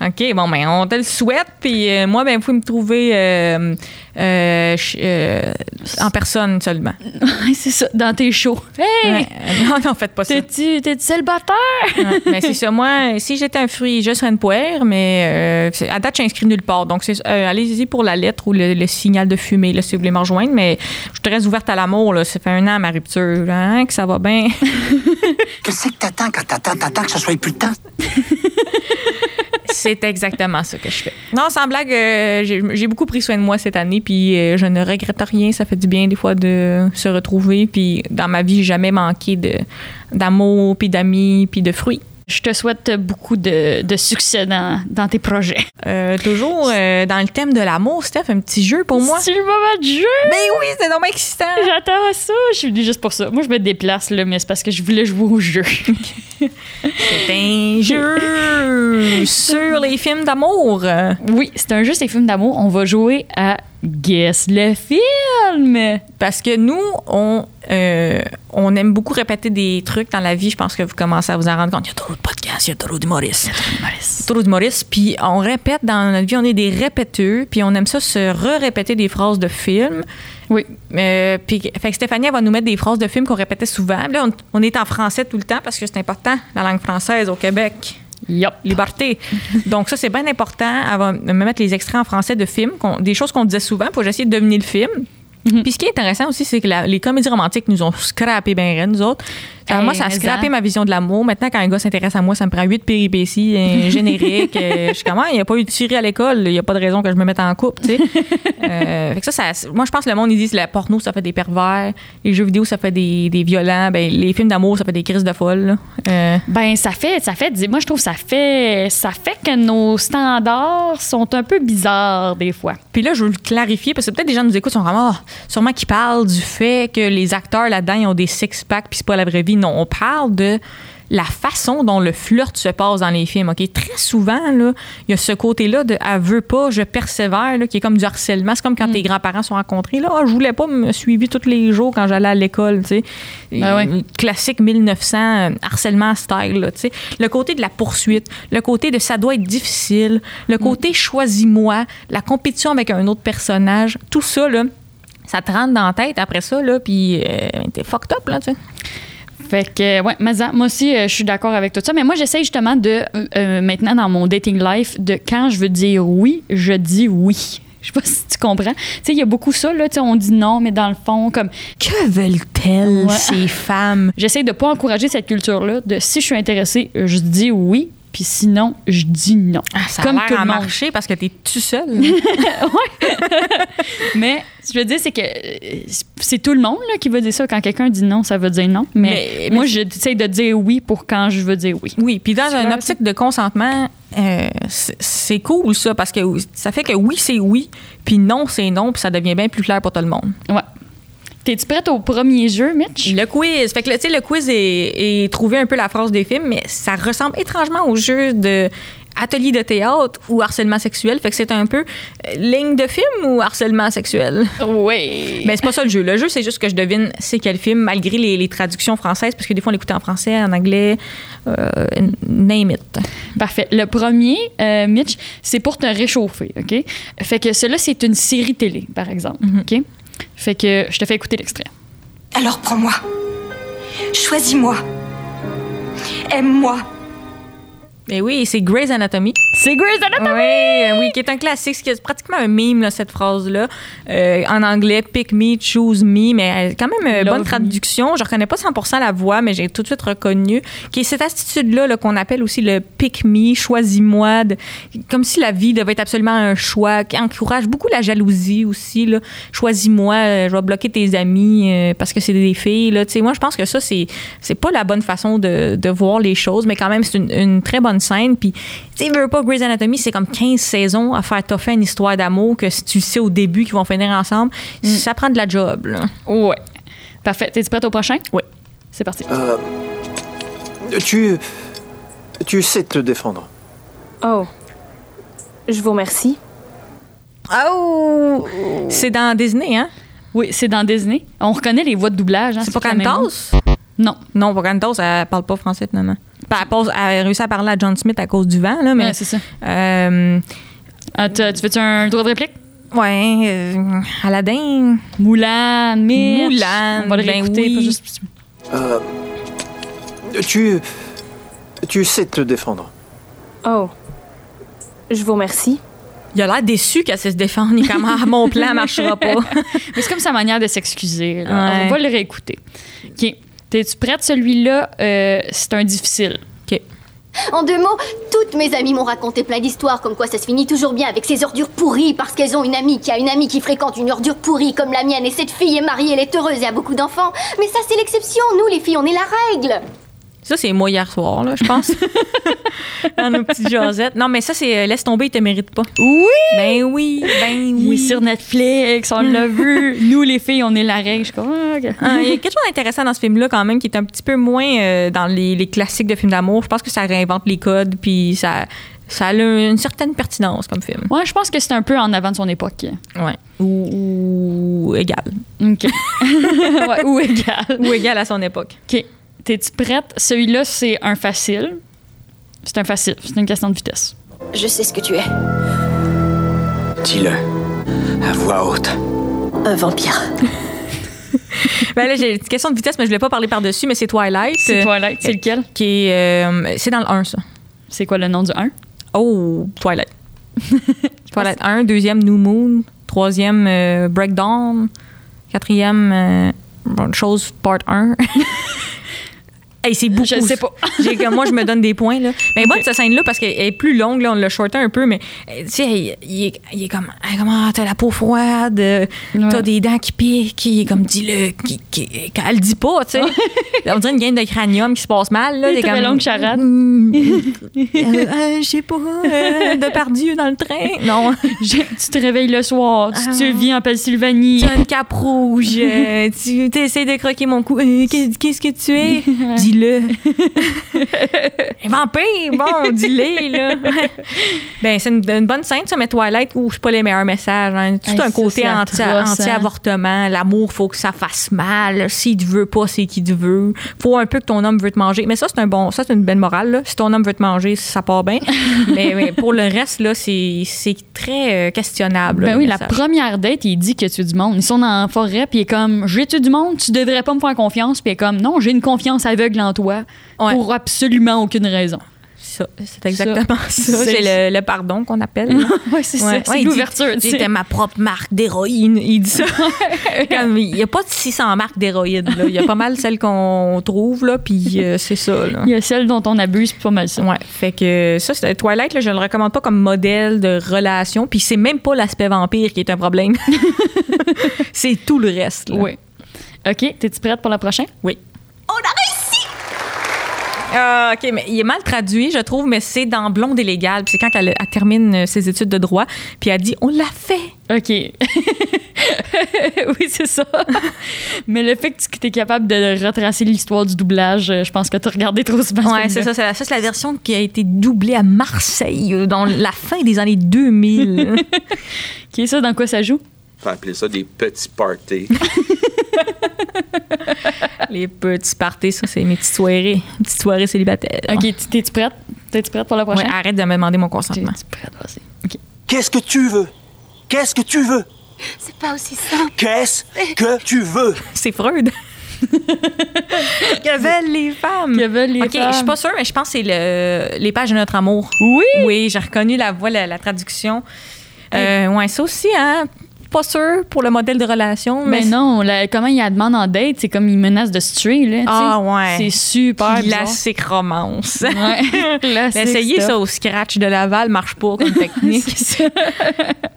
[SPEAKER 2] OK, bon, ben, on te le souhaite. Puis euh, moi, ben, vous pouvez me trouver euh, euh, ch- euh, en personne seulement.
[SPEAKER 1] Ouais, c'est ça, dans tes shows. Hey!
[SPEAKER 2] Ouais, euh, non, non, faites pas ça.
[SPEAKER 1] T'es-tu t'es-tu célibataire?
[SPEAKER 2] Ouais, mais c'est ça. Moi, si j'étais un fruit, je serais une poire, mais euh, c'est- à date, je suis inscrit nulle part. Donc, c'est- euh, allez-y pour la lettre ou le, le signal de fumée, là, si vous voulez me rejoindre. Mais je te reste ouverte à l'amour. Là. Ça fait un an ma rupture, là, hein, que ça va bien.
[SPEAKER 8] Que c'est que t'attends quand t'attends, t'attends que ça soit plus le temps?
[SPEAKER 2] c'est exactement ça que je fais. Non, sans blague, euh, j'ai j'ai beaucoup pris soin de moi cette année, puis euh, je ne regrette rien. Ça fait du bien des fois de se retrouver. Puis dans ma vie, j'ai jamais manqué de, d'amour, puis d'amis, puis de fruits.
[SPEAKER 1] Je te souhaite beaucoup de, de succès dans, dans tes projets.
[SPEAKER 2] Euh, toujours euh, dans le thème de l'amour, Steph, un petit jeu pour moi.
[SPEAKER 1] C'est le moment de jeu!
[SPEAKER 2] Mais oui, c'est dommage excitant.
[SPEAKER 1] J'attends ça! Je suis venue juste pour ça. Moi, je me déplace, là, mais c'est parce que je voulais jouer au jeu.
[SPEAKER 2] C'est un jeu sur les films d'amour.
[SPEAKER 1] oui, c'est un jeu, c'est film d'amour. On va jouer à Guess le film!
[SPEAKER 2] Parce que nous, on, euh, on aime beaucoup répéter des trucs dans la vie. Je pense que vous commencez à vous en rendre compte. Il y a trop de podcasts, il y a trop d'humoristes.
[SPEAKER 1] Maurice.
[SPEAKER 2] Trop d'humoristes. Puis on répète dans notre vie, on est des répéteurs. Puis on aime ça se re-répéter des phrases de films.
[SPEAKER 1] Oui.
[SPEAKER 2] Euh, puis fait que Stéphanie, elle va nous mettre des phrases de films qu'on répétait souvent. Là, on, on est en français tout le temps parce que c'est important, la langue française au Québec.
[SPEAKER 1] Yup.
[SPEAKER 2] Liberté. Donc ça, c'est bien important. Elle va me mettre les extraits en français de films, qu'on- des choses qu'on disait souvent pour j'essaie de deviner le film. Puis ce qui est intéressant aussi, c'est que la- les comédies romantiques nous ont scrappé bien raide, nous autres. Ça,
[SPEAKER 1] Hey,
[SPEAKER 2] moi, ça a
[SPEAKER 1] mais
[SPEAKER 2] scrappé
[SPEAKER 1] ça.
[SPEAKER 2] ma vision de l'amour. Maintenant, quand un gars s'intéresse à moi, ça me prend huit péripéties un générique. Euh, je suis comme, Ah, il n'y a pas eu de tiré à l'école. Il n'y a pas de raison que je me mette en couple. tu sais. Euh, fait que ça, ça- moi, je pense que le monde, ils disent la porno, ça fait des pervers. Les jeux vidéo, ça fait des, des violents. Ben, les films d'amour, ça fait des crises de folle. là. Euh,
[SPEAKER 1] Ben ça fait, ça fait, moi je trouve ça fait, ça fait que nos standards sont un peu bizarres des fois.
[SPEAKER 2] Puis là, je veux le clarifier parce que peut-être des gens nous écoutent, ils sont vraiment, Ah, sûrement qu'ils parlent du fait que les acteurs là-dedans ils ont des six packs puis c'est pas la vraie vie. Non, on parle de la façon dont le flirt se passe dans les films. Ok, très souvent là, il y a ce côté-là de elle veut pas, je persévère là, qui est comme du harcèlement. C'est comme quand tes grands-parents sont rencontrés là, Ah, je voulais pas me suivre tous les jours quand j'allais à l'école, tu sais.
[SPEAKER 1] Ah ouais.
[SPEAKER 2] Euh, Classique 1900 euh, harcèlement style là, tu sais. Le côté de la poursuite, le côté de ça doit être difficile,
[SPEAKER 1] Mm.
[SPEAKER 2] le côté choisis-moi, la compétition avec un autre personnage, tout ça là. Ça te rentre dans la tête après ça, là, puis euh, t'es fucked up, là, tu sais.
[SPEAKER 1] Fait que, ouais, mais ça, moi aussi, euh, je suis d'accord avec tout ça. Mais moi, j'essaie justement de, euh, euh, maintenant dans mon dating life, de quand je veux dire oui, je dis oui. Je sais pas si tu comprends. Tu sais, il y a beaucoup ça, là, tu sais, on dit non, mais dans le fond, comme,
[SPEAKER 2] Que veulent-elles
[SPEAKER 1] Ouais.
[SPEAKER 2] ces femmes?
[SPEAKER 1] j'essaie de pas encourager cette culture-là de si je suis intéressée, je dis oui, puis sinon, je dis non.
[SPEAKER 2] Ah, ça
[SPEAKER 1] Comme
[SPEAKER 2] a
[SPEAKER 1] tout
[SPEAKER 2] l'air à
[SPEAKER 1] le monde.
[SPEAKER 2] marcher parce que t'es tout seul.
[SPEAKER 1] Mais ce que je veux dire, c'est que euh, c'est tout le monde là, qui veut dire ça. Quand quelqu'un dit non, ça veut dire non. Mais,
[SPEAKER 2] Mais-
[SPEAKER 1] moi, j'essaie de dire oui pour quand je veux dire oui.
[SPEAKER 2] Oui, puis dans
[SPEAKER 1] Tu
[SPEAKER 2] une
[SPEAKER 1] vois,
[SPEAKER 2] optique de consentement, euh, c'est- c'est cool ça, parce que ça fait que oui, c'est oui, puis non, c'est non, puis ça devient bien plus clair pour tout le monde.
[SPEAKER 1] Ouais. T'es-tu prête au premier jeu, Mitch?
[SPEAKER 2] Le quiz, fait que là, tu sais, le quiz est, est trouver un peu la phrase des films, mais ça ressemble étrangement au jeu de atelier de théâtre ou harcèlement sexuel. Fait que c'est un peu euh, ligne de film ou harcèlement sexuel.
[SPEAKER 1] Oui.
[SPEAKER 2] Mais c'est pas ça le jeu. Le jeu, c'est juste que je devine c'est quel film, malgré les, les traductions françaises, parce que des fois, on l'écoutait en français, en anglais, euh, name it.
[SPEAKER 1] Parfait. Le premier, euh, Mitch, c'est pour te réchauffer, OK? Fait que cela, c'est une série télé, par exemple,
[SPEAKER 2] Mhm.
[SPEAKER 1] OK? Fait que je te fais écouter l'extrait.
[SPEAKER 9] Alors prends-moi. Choisis-moi. Aime-moi.
[SPEAKER 2] Mais Ben oui, c'est Grey's Anatomy.
[SPEAKER 1] C'est Grey's
[SPEAKER 2] Oui,
[SPEAKER 1] Anatomy!
[SPEAKER 2] euh, oui, qui est un classique, ce qui est pratiquement un mime, là, cette phrase-là. Euh, en anglais, pick me, choose me, mais euh, quand même euh,
[SPEAKER 1] Love
[SPEAKER 2] bonne
[SPEAKER 1] me.
[SPEAKER 2] traduction. Je reconnais pas 100% la voix, mais j'ai tout de suite reconnu. Qui est cette attitude-là là, qu'on appelle aussi le pick me, choisis-moi, de- comme si la vie devait être absolument un choix, qui encourage beaucoup la jalousie aussi. là. Choisis-moi, euh, je vais bloquer tes amis euh, parce que c'est des filles. Là. Tu sais, Moi, je pense que ça, c'est c'est pas la bonne façon de, de voir les choses, mais quand même, c'est une, une très bonne scène. Puis, tu sais, veux pas Grey's Anatomy, c'est comme 15 saisons à faire toffer une histoire d'amour que si tu sais au début qu'ils vont finir ensemble,
[SPEAKER 1] Mm.
[SPEAKER 2] ça prend de la job. là.
[SPEAKER 1] Ouais. Parfait. T'es-tu prête au prochain?
[SPEAKER 2] Oui.
[SPEAKER 1] C'est parti.
[SPEAKER 10] Tu. Tu sais te défendre.
[SPEAKER 11] Oh. Je vous remercie.
[SPEAKER 2] Oh! C'est dans Disney,
[SPEAKER 1] Ah,
[SPEAKER 2] hein?
[SPEAKER 1] Oui, c'est dans Disney. On reconnaît les voix de doublage. hein,
[SPEAKER 2] C'est pas
[SPEAKER 1] la même chose.
[SPEAKER 2] Cantos?
[SPEAKER 1] Non.
[SPEAKER 2] Non, pas Cantos, elle parle pas français finalement. Ben, Elle, pose- elle a réussi à parler à John Smith à cause du vent, là, mais.
[SPEAKER 1] Ouais, c'est ça.
[SPEAKER 2] euh,
[SPEAKER 1] Ah, t'as- tu veux-tu un droit de réplique?
[SPEAKER 2] ouais, euh, Aladdin.
[SPEAKER 1] Moulin, Mitch.
[SPEAKER 2] Moulin,
[SPEAKER 1] On va le
[SPEAKER 2] ben
[SPEAKER 1] réécouter.
[SPEAKER 2] oui.
[SPEAKER 1] pas juste-
[SPEAKER 10] Tu. Tu sais te défendre.
[SPEAKER 11] Oh. Je vous remercie.
[SPEAKER 2] Il a l'air déçu qu'elle sait se défendre. Il est comme, Ah, mon plan marchera pas.
[SPEAKER 1] Mais c'est comme sa manière de s'excuser. là.
[SPEAKER 2] Ouais.
[SPEAKER 1] On va le réécouter. OK. T'es-tu prête? Celui-là, euh, c'est un difficile.
[SPEAKER 9] En deux mots, toutes mes amies m'ont raconté plein d'histoires comme quoi ça se finit toujours bien avec ces ordures pourries parce qu'elles ont une amie qui a une amie qui fréquente une ordure pourrie comme la mienne et cette fille est mariée, elle est heureuse et a beaucoup d'enfants. Mais ça c'est l'exception, nous les filles on est la règle.
[SPEAKER 2] Ça, c'est moi hier soir, là, je pense. Dans nos petites jasettes. Non, mais ça, c'est euh, Laisse tomber, il te mérite pas.
[SPEAKER 1] Oui!
[SPEAKER 2] Ben oui, ben oui.
[SPEAKER 1] Oui, sur Netflix, on l'a vu. Nous, les filles, on est la règle. Je suis comme, ah, ok.
[SPEAKER 2] Ah, Il y a quelque chose d'intéressant dans ce film-là, quand même, qui est un petit peu moins euh, dans les, les classiques de films d'amour. Je pense que ça réinvente les codes, puis ça, ça a une certaine pertinence comme film.
[SPEAKER 1] Ouais, je pense que c'est un peu en avant de son époque.
[SPEAKER 2] Ouais. Ou, ou égal.
[SPEAKER 1] OK. Ouais, ou égal.
[SPEAKER 2] Ou égal à son époque.
[SPEAKER 1] OK. T'es-tu prête? Celui-là, c'est un facile. C'est un facile. C'est une question de vitesse.
[SPEAKER 9] Je sais ce que tu es,
[SPEAKER 8] Dis-le. À voix haute.
[SPEAKER 9] un vampire.
[SPEAKER 2] Ben là, j'ai une petite question de vitesse, mais je voulais pas parler par-dessus, mais c'est Twilight.
[SPEAKER 1] C'est
[SPEAKER 2] euh,
[SPEAKER 1] Twilight. C'est lequel?
[SPEAKER 2] Qui est, euh, c'est dans le 1, ça.
[SPEAKER 1] C'est quoi le nom du 1?
[SPEAKER 2] Oh, Twilight. Twilight 1, deuxième New Moon, troisième euh, Breakdown, quatrième euh, Bonne chose Part 1. hey, c'est beaucoup.
[SPEAKER 1] Je sais pas.
[SPEAKER 2] J'ai comme- moi, je me donne des points. Là. Mais bonne, cette scène-là, parce qu'elle est plus longue, là, on l'a shorté un peu, mais euh, tu sais, il, il est, il est comme, Ah, comme, Ah, t'as la peau froide, euh, t'as
[SPEAKER 1] Ouais.
[SPEAKER 2] des dents qui piquent, il est comme, dis-le, qui, qui- quand elle le dit pas, tu sais. on dirait une game de cranium qui se passe mal. Là,
[SPEAKER 1] Une
[SPEAKER 2] t'es
[SPEAKER 1] très
[SPEAKER 2] comme,
[SPEAKER 1] longue charade.
[SPEAKER 2] euh, euh, je sais pas, euh, de pardieu dans le train. Non,
[SPEAKER 1] Je- tu te réveilles le soir, tu, tu
[SPEAKER 2] Ah.
[SPEAKER 1] vis en Pennsylvanie.
[SPEAKER 2] tu as une cape rouge, euh, tu essaies de croquer mon cou. Euh, qu'est- Qu'est-ce que tu es? Dis-le. Un Vampire, bon, dis-le, là. ben, c'est une, une bonne scène, ça, mais Twilight, où je pas les meilleurs messages. hein. Tout
[SPEAKER 1] Hey,
[SPEAKER 2] un
[SPEAKER 1] ça,
[SPEAKER 2] côté
[SPEAKER 1] c'est
[SPEAKER 2] anti-
[SPEAKER 1] atroce, hein.
[SPEAKER 2] anti-avortement. L'amour, faut que ça fasse mal. Si tu veux pas, c'est qui tu veux. Faut un peu que ton homme veut te manger. Mais ça, c'est un bon, ça, c'est une belle morale, là. Si ton homme veut te manger, ça part bien. mais, mais pour le reste, là, c'est c'est très euh, questionnable. là,
[SPEAKER 1] Ben
[SPEAKER 2] le
[SPEAKER 1] oui, la
[SPEAKER 2] message.
[SPEAKER 1] première date, il dit que tu es du monde. Ils sont dans la forêt, puis il est comme J'ai tué du monde, tu devrais pas me faire confiance. Puis il est comme Non, j'ai une confiance aveugle en toi
[SPEAKER 2] Ouais.
[SPEAKER 1] pour absolument aucune raison.
[SPEAKER 2] Ça, c'est exactement ça.
[SPEAKER 1] C'est-
[SPEAKER 2] C'est le, le pardon qu'on appelle. là.
[SPEAKER 1] Ouais, c'est
[SPEAKER 2] Ouais.
[SPEAKER 1] ça, c'est
[SPEAKER 2] Ouais, il dit-
[SPEAKER 1] l'ouverture. tu sais.
[SPEAKER 2] J'étais ma propre marque d'héroïne. Il dit ça. Comme, il n'y a pas de 600 marques d'héroïne. là. Il y a pas mal celles qu'on trouve, là, puis euh, c'est ça. Là.
[SPEAKER 1] Il y a celle dont on abuse, puis pas mal ça.
[SPEAKER 2] Ouais, fait que ça, c'est Twilight, là, je ne le recommande pas comme modèle de relation, puis c'est même pas l'aspect vampire qui est un problème. c'est tout le reste. là.
[SPEAKER 1] Oui. OK, t'es-tu prête pour le prochain?
[SPEAKER 2] Oui. On a réussi! Ah, OK, mais il est mal traduit, je trouve, mais c'est dans Blonde et légale. Puis c'est quand elle, elle termine euh, ses études de droit, puis elle dit On l'a fait!
[SPEAKER 1] OK. oui, c'est ça. Mais le fait que tu es capable de retracer l'histoire du doublage, euh, je pense que tu regardé trop souvent.
[SPEAKER 2] Ouais, c'est ça. C'est la, ça, c'est la version qui a été doublée à Marseille euh, dans la fin des années 2000.
[SPEAKER 1] Qui est ça? Dans quoi ça joue?
[SPEAKER 5] On peut appeler ça des petits parties.
[SPEAKER 2] Les petits parties, ça, c'est mes petites soirées. Petites soirées célibataires.
[SPEAKER 1] Ok, t- t'es-tu prête? T'es-tu prête pour la
[SPEAKER 2] Ah. Ouais, ah,
[SPEAKER 1] prochaine?
[SPEAKER 2] arrête de me demander mon consentement.
[SPEAKER 1] T'es-tu prête? Vas-y. Ok.
[SPEAKER 10] Qu'est-ce que tu veux Qu'est-ce que tu veux
[SPEAKER 9] C'est pas aussi simple.
[SPEAKER 10] Qu'est-ce que tu veux
[SPEAKER 2] C'est Freud. que veulent les femmes?
[SPEAKER 1] Que veulent les
[SPEAKER 2] Hmm. ok, je suis
[SPEAKER 1] femmes?
[SPEAKER 2] pas sûre, mais je pense que c'est le- les pages de notre amour.
[SPEAKER 1] Oui!
[SPEAKER 2] Oui, j'ai reconnu la voix, la, la traduction. Euh, ouais, ça aussi, hein? Pas sûr pour le modèle de relation, mais.
[SPEAKER 1] Mais Ben non, la- comment il la demande en date, c'est comme il menace de se tuer, là. tu sais.
[SPEAKER 2] Ah, ouais.
[SPEAKER 1] C'est super bizarre.
[SPEAKER 2] Classique romance.
[SPEAKER 1] Ouais. Ben, Classique
[SPEAKER 2] Essayer
[SPEAKER 1] stuff.
[SPEAKER 2] ça au scratch de Laval marche pas comme technique.
[SPEAKER 1] C'est ça.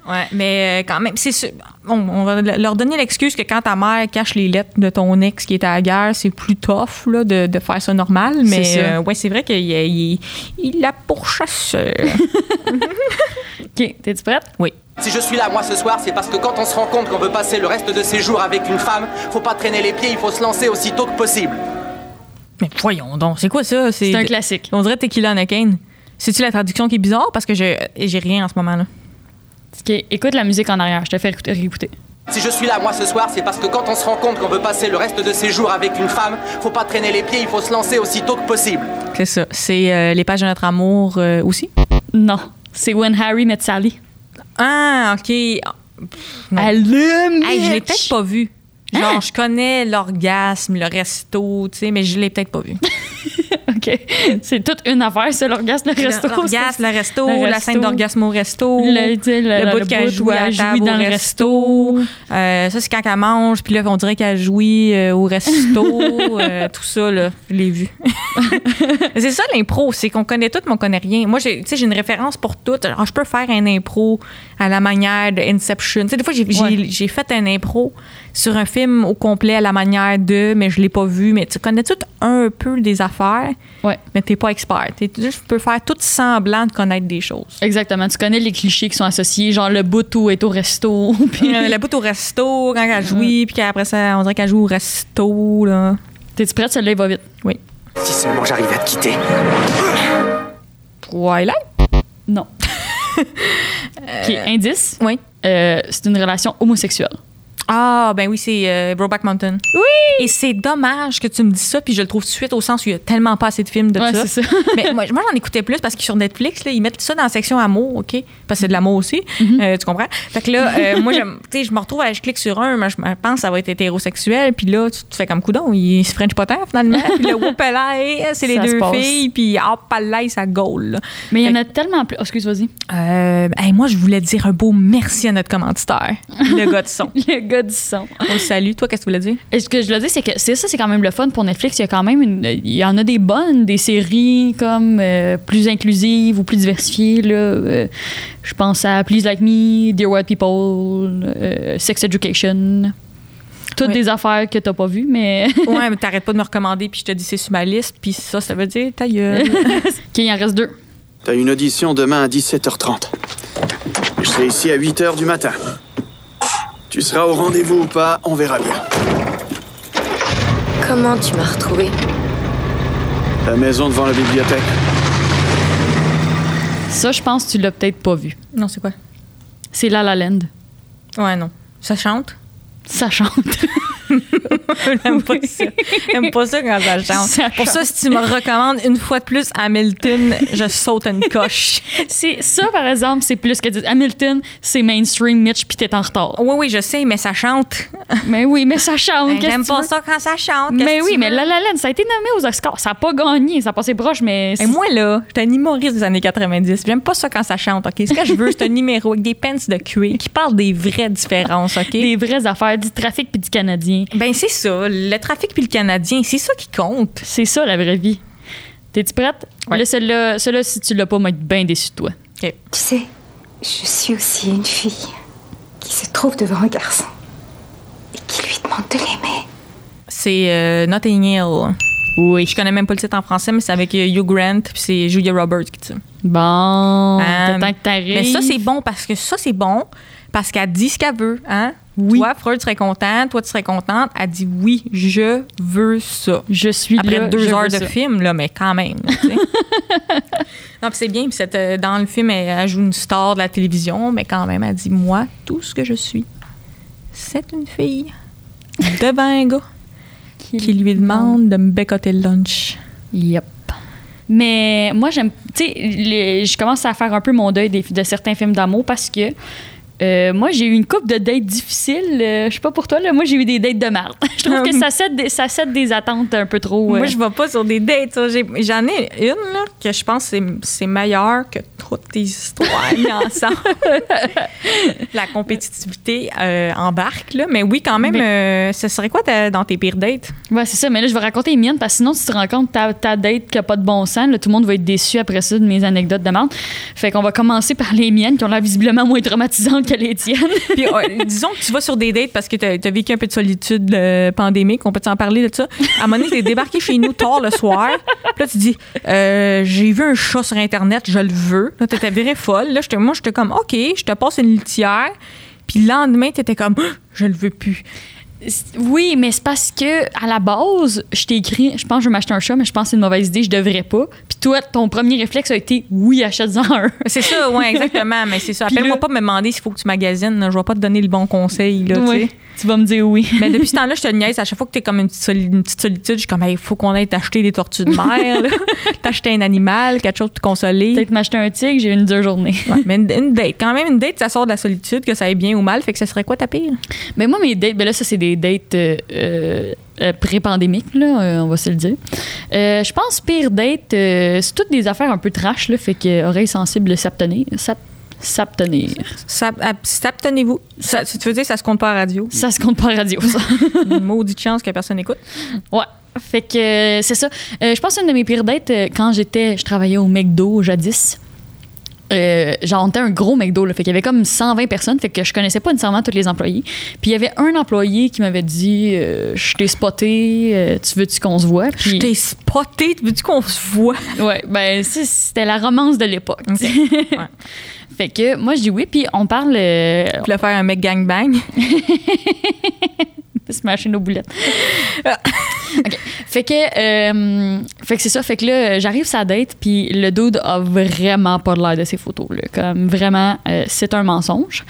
[SPEAKER 2] ouais, mais euh, quand même, c'est sûr. On, on va leur donner l'excuse que quand ta mère cache les lettres de ton ex qui est à la guerre, c'est plus tough là, de, de faire ça normal. Mais
[SPEAKER 1] C'est ça.
[SPEAKER 2] euh, ouais, c'est vrai qu'il il, il la pourchasse. euh.
[SPEAKER 1] Ok, t'es-tu prête?
[SPEAKER 2] oui.
[SPEAKER 7] Si je suis là, moi, ce soir, c'est parce que quand on se rend compte qu'on veut passer le reste de ses jours avec une femme, faut pas traîner les pieds, il faut se lancer aussi tôt que possible.
[SPEAKER 2] Mais voyons donc, c'est quoi ça?
[SPEAKER 1] C'est un classique.
[SPEAKER 2] On dirait Tequila Anakin. C'est-tu la traduction qui est bizarre? Parce que je- j'ai rien en ce moment. là
[SPEAKER 1] Ok, écoute la musique en arrière, je te fais écouter- réécouter.
[SPEAKER 7] Si je suis là, moi, ce soir, c'est parce que quand on se rend compte qu'on veut passer le reste de ses jours avec une femme, faut pas traîner les pieds, il faut se lancer aussi tôt que possible.
[SPEAKER 2] C'est ça. C'est euh, les pages de notre amour euh, aussi.
[SPEAKER 1] Non, c'est When Harry Met Sally.
[SPEAKER 2] Ah, OK. Ah, Non.
[SPEAKER 1] Allume!
[SPEAKER 2] hey, je l'ai
[SPEAKER 1] Mitch!
[SPEAKER 2] peut-être pas vu. Genre,
[SPEAKER 1] Hein?
[SPEAKER 2] je connais l'orgasme, le resto, tu sais, mais je l'ai peut-être pas vu.
[SPEAKER 1] OK. C'est toute une affaire, c'est l'orgasme, le resto.
[SPEAKER 2] L'orgasme, le resto,
[SPEAKER 1] le
[SPEAKER 2] la
[SPEAKER 1] resto.
[SPEAKER 2] scène d'orgasme au resto.
[SPEAKER 1] Le, tu sais, le,
[SPEAKER 2] le
[SPEAKER 1] Euh, le
[SPEAKER 2] bout qu'elle
[SPEAKER 1] bout
[SPEAKER 2] joue
[SPEAKER 1] où
[SPEAKER 2] à
[SPEAKER 1] elle
[SPEAKER 2] table
[SPEAKER 1] jouit
[SPEAKER 2] au
[SPEAKER 1] dans le
[SPEAKER 2] resto.
[SPEAKER 1] resto.
[SPEAKER 2] Euh, ça, c'est quand elle mange, puis là, on dirait qu'elle jouit euh, au resto, euh, tout ça, là, je l'ai vu. c'est ça l'impro, c'est qu'on connaît tout, mais on connaît rien. Moi, j'ai- tu sais, j'ai une référence pour tout. Alors, je peux faire un impro à la manière de Inception. Tu sais, des fois, j'ai j'ai-
[SPEAKER 1] Ouais.
[SPEAKER 2] j'ai fait un impro sur un film au complet à la manière de, mais je l'ai pas vu, mais tu connais tout un peu des affaires,
[SPEAKER 1] Ouais,
[SPEAKER 2] mais t'es pas expert. T'es- Tu peux faire tout semblant de connaître des choses.
[SPEAKER 1] exactement. Tu connais les clichés qui sont associés, genre le bout où est au resto. puis-
[SPEAKER 2] Euh, la bout au resto, quand elle
[SPEAKER 1] Mm-hmm.
[SPEAKER 2] jouit, puis qu'après ça, on dirait qu'elle joue au resto, là.
[SPEAKER 1] T'es-tu prête? Celle-là, il va vite.
[SPEAKER 2] Oui.
[SPEAKER 8] Si seulement j'arrivais à te quitter.
[SPEAKER 2] Twilight?
[SPEAKER 1] Non. OK, indice.
[SPEAKER 2] Oui.
[SPEAKER 1] Euh, c'est une relation homosexuelle.
[SPEAKER 2] Ah, ben oui, c'est euh, Brokeback Mountain. Oui! Et c'est dommage que tu me dis ça, puis je le trouve tout de suite au sens où il y a tellement pas assez de films de
[SPEAKER 1] Ouais,
[SPEAKER 2] ça.
[SPEAKER 1] c'est ça.
[SPEAKER 2] Mais moi, moi, j'en écoutais plus parce que sur Netflix, là, ils mettent ça dans la section amour, OK? Parce que c'est de l'amour aussi,
[SPEAKER 1] Mm-hmm.
[SPEAKER 2] euh, tu comprends? Fait que là, euh, moi, j'aime- tu sais, je me retrouve, à- je clique sur un, moi, je me pense que ça va être hétérosexuel, puis là, tu, tu fais comme coudon, il se french pas tant, finalement. Puis là, whoopalaï, c'est les
[SPEAKER 1] Ça se
[SPEAKER 2] deux
[SPEAKER 1] passe.
[SPEAKER 2] filles, puis hop, là, ça gaule. là.
[SPEAKER 1] Mais il y en
[SPEAKER 2] Fait
[SPEAKER 1] a tellement plus. Oh, excuse, vas-y.
[SPEAKER 2] Euh, hey, moi, je voulais dire un beau merci à notre commanditaire, le gars de son.
[SPEAKER 1] Le gars du son.
[SPEAKER 2] On le salue. Toi, qu'est-ce que tu voulais dire?
[SPEAKER 1] Et ce que je le dis, c'est que c'est ça, c'est quand même le fun pour Netflix. Il y a quand même une- il y en a des bonnes, des séries comme euh, plus inclusives ou plus diversifiées. Là. Euh, je pense à Please Like Me, Dear White People, euh, Sex Education. Toutes
[SPEAKER 2] Oui.
[SPEAKER 1] des affaires que t'as pas vues, mais
[SPEAKER 2] Ouais, mais t'arrêtes pas de me recommander, puis je te dis c'est sur ma liste, puis ça, ça veut dire ta gueule.
[SPEAKER 1] qu'il il en reste deux.
[SPEAKER 10] T'as une audition demain à 17h30. Je serai ici à 8h du matin. Tu seras au rendez-vous ou pas, on verra bien.
[SPEAKER 12] Comment tu m'as retrouvée
[SPEAKER 10] La maison devant la bibliothèque.
[SPEAKER 1] Ça, je pense que tu l'as peut-être pas vu.
[SPEAKER 2] non, c'est quoi?
[SPEAKER 1] C'est La La Land.
[SPEAKER 2] Ouais, non. Ça chante?
[SPEAKER 1] Ça chante.
[SPEAKER 2] J'aime pas ça. J'aime pas ça quand ça chante.
[SPEAKER 1] Ça
[SPEAKER 2] Pour ça, si tu me recommandes une fois de plus Hamilton, je saute une coche.
[SPEAKER 1] c'est ça, par exemple, c'est plus que dire Hamilton, c'est mainstream, Mitch, puis t'es en retard.
[SPEAKER 2] Oui, oui, je sais, mais ça chante.
[SPEAKER 1] Oh, Mais oui, mais ça chante.
[SPEAKER 2] Ben,
[SPEAKER 1] qu'est-ce
[SPEAKER 2] J'aime
[SPEAKER 1] que tu
[SPEAKER 2] pas
[SPEAKER 1] veux?
[SPEAKER 2] ça quand ça chante. qu'est-ce
[SPEAKER 1] Mais
[SPEAKER 2] que
[SPEAKER 1] oui,
[SPEAKER 2] tu
[SPEAKER 1] mais
[SPEAKER 2] veux?
[SPEAKER 1] La La Land, ça a été nommé aux Oscars. Ça n'a pas gagné, ça a passé proche, mais...
[SPEAKER 2] Et
[SPEAKER 1] c'est-
[SPEAKER 2] Ben, moi, là, j'étais un humoriste des années 90. J'aime pas ça quand ça chante, OK? Ce que je veux, c'est un numéro avec des pants de cuir qui parle des vraies différences, OK?
[SPEAKER 1] Des vraies affaires, du trafic puis du Canadien.
[SPEAKER 2] Ben, c'est ça. Le trafic puis le Canadien, c'est ça qui compte.
[SPEAKER 1] C'est ça, la vraie vie. T'es-tu prête?
[SPEAKER 2] Ouais.
[SPEAKER 1] Là, celle-là, celle-là, si tu l'as pas, moi, je vais être bien déçu de toi.
[SPEAKER 12] Tu sais, je suis aussi une fille qui se trouve devant un garçon et qui lui demande de l'aimer.
[SPEAKER 2] C'est euh, Notting Hill.
[SPEAKER 1] Oui.
[SPEAKER 2] Je connais même pas le titre en français, mais c'est avec euh, Hugh Grant puis c'est Julia Roberts qui tue.
[SPEAKER 1] Bon,
[SPEAKER 2] Ah,
[SPEAKER 1] t'attends que t'arrives.
[SPEAKER 2] Mais ça, c'est bon parce que ça, c'est bon parce qu'elle dit ce qu'elle veut, hein?
[SPEAKER 1] Oui.
[SPEAKER 2] Toi, Freud serait content, toi, tu serais contente. Elle dit oui, je veux ça.
[SPEAKER 1] Je suis
[SPEAKER 2] Après
[SPEAKER 1] là,
[SPEAKER 2] deux
[SPEAKER 1] je
[SPEAKER 2] heures
[SPEAKER 1] veux
[SPEAKER 2] de
[SPEAKER 1] ça.
[SPEAKER 2] film, là, mais quand même. là, tu sais. non, puis c'est bien. Puis cette, euh, dans le film, elle, elle joue une star de la télévision, mais quand même, elle dit Moi, tout ce que je suis, c'est une fille devant un gars qui, lui demande de me bécoter le lunch.
[SPEAKER 1] Yep. Mais moi, j'aime. Tu sais, les- je commence à faire un peu mon deuil des- de certains films d'amour parce que. euh, moi, j'ai eu une coupe de dates difficiles. euh, je sais pas pour toi, là. Moi, j'ai eu des dates de merde. je trouve que ça cède, des, ça cède des attentes un peu trop. euh,
[SPEAKER 2] Moi, je vais pas sur des dates. ça. J'ai- J'en ai, une là, que je pense c'est c'est meilleur que toutes tes histoires mises ensemble. La compétitivité euh, embarque, là. mais oui, quand même, euh, ce serait quoi ta- dans tes pires dates?
[SPEAKER 1] Ouais, c'est ça. Mais là, je vais raconter les miennes parce que sinon, tu te rends compte ta, ta date qui a pas de bon sens. Là, tout le monde va être déçu après ça de mes anecdotes de merde. Fait qu'on va commencer par les miennes qui ont l'air visiblement moins traumatisantes que les tiennes.
[SPEAKER 2] Puis, euh, disons que tu vas sur des dates parce que tu as, vécu un peu de solitude euh, pandémique, on peut t'en parler de ça. À un moment donné, tu débarqué chez nous tard le soir. Puis là, tu dis euh, J'ai vu un chat sur Internet, je le veux. Là, tu étais virée folle. Là, j'étais- moi, j'étais comme OK, je te passe une litière. Puis le lendemain, tu étais comme Ah, Je le veux plus.
[SPEAKER 1] Oui, mais c'est parce que à la base, je t'ai écrit, je pense que je vais m'acheter un chat, mais je pense que c'est une mauvaise idée, je devrais pas. Puis toi, ton premier réflexe a été oui, achète-en un.
[SPEAKER 2] C'est ça, oui, exactement. Mais c'est ça.
[SPEAKER 1] Puis
[SPEAKER 2] Appelle-moi
[SPEAKER 1] là-
[SPEAKER 2] pas me demander s'il faut que tu magasines. là. Je vais pas te donner le bon conseil. Là, tu
[SPEAKER 1] Ouais,
[SPEAKER 2] sais.
[SPEAKER 1] tu vas me dire oui.
[SPEAKER 2] Mais Ben, depuis ce temps-là, je te niaise. À chaque fois que t'es comme une petite, soli- une petite solitude, je suis comme, il faut qu'on aille t'acheter des tortues de mer, là. t'acheter un animal, quelque chose pour te consoler.
[SPEAKER 1] Peut-être m'acheter un tigre, j'ai eu une dure journée.
[SPEAKER 2] Ouais, mais une, une date, quand même, une date, ça sort de la solitude, que ça aille bien ou mal. Fait que ça serait quoi ta pire?
[SPEAKER 1] Mais moi, mes dates, ben là, ça, c'est des dates euh, euh, euh, pré-pandémiques, là, euh, on va se le dire. Euh, je pense, pire date, euh, c'est toutes des affaires un peu trash, là, fait que euh, oreille sensible, s'abstenir. s'ab- S'abstenir.
[SPEAKER 2] Ça, ab- S'abstenez-vous. Ça, tu veux dire, ça se compte pas à radio?
[SPEAKER 1] Ça se compte pas à radio, ça.
[SPEAKER 2] Une maudite chance que personne n'écoute.
[SPEAKER 1] Ouais. Fait que euh, c'est ça. Euh, je pense que une de mes pires dates, euh, quand j'étais, je travaillais au McDo jadis. Euh, genre, on était un gros McDo, là. Fait qu'il y avait comme 120 personnes. Fait que je connaissais pas nécessairement tous les employés. Puis il y avait un employé qui m'avait dit euh, Je t'ai spoté, euh, tu veux-tu qu'on se voit?
[SPEAKER 2] Je
[SPEAKER 1] Puis,
[SPEAKER 2] t'ai spoté, veux-tu qu'on se voit?
[SPEAKER 1] Ouais, ben, ça, c'était la romance de l'époque. tu sais. fait que moi, je dis oui, puis on parle. euh,
[SPEAKER 2] Puis le faire un mec gangbang.
[SPEAKER 1] on peut se mâcher nos boulettes. OK. Fait que, euh, fait que c'est ça. Fait que là, j'arrive sa date, puis le dude a vraiment pas de l'air de ses photos. Là. Comme vraiment, euh, c'est un mensonge.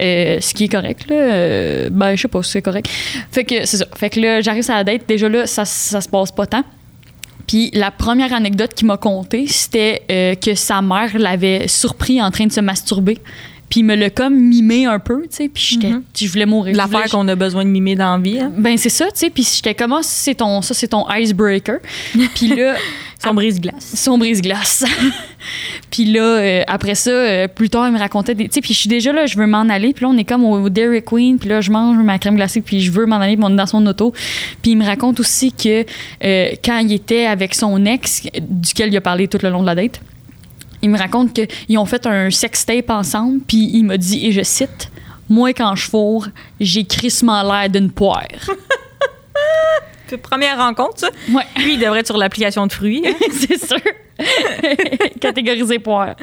[SPEAKER 1] Euh, ce qui est correct, là. Euh, ben, je sais pas si c'est correct. Fait que c'est ça. Fait que là, j'arrive sa date. Déjà là, ça, ça se passe pas tant. Puis la première anecdote qu'il m'a contée, c'était euh, que sa mère l'avait surpris en train de se masturber. Puis il me l'a comme mimé un peu, tu sais. Puis j'étais- je voulais mourir. Je voulais-
[SPEAKER 2] Mm-hmm. L'affaire qu'on a besoin de mimer dans la vie. hein.
[SPEAKER 1] ben c'est ça, tu sais. Puis j'étais comme, Ah, c'est ton, ça c'est ton icebreaker. Puis là,
[SPEAKER 2] Son brise-glace.
[SPEAKER 1] son brise-glace. puis là, euh, après ça, euh, plus tard, il me racontait des. Tu sais, puis je suis déjà là, je veux m'en aller. Puis là, on est comme au au Dairy Queen. Puis là, je mange ma crème glacée. Puis je veux m'en aller. Puis on est dans son auto. Puis il me raconte aussi que euh, quand il était avec son ex, duquel il a parlé tout le long de la date, il me raconte qu'ils ont fait un sextape ensemble. Puis il m'a dit, et je cite, Moi, quand je fourre, j'ai crissement l'air d'une poire.
[SPEAKER 2] Puis Première rencontre, ça.
[SPEAKER 1] Ouais.
[SPEAKER 2] Lui, il devrait être sur l'application de fruits. hein.
[SPEAKER 1] c'est sûr. Catégorisé poire.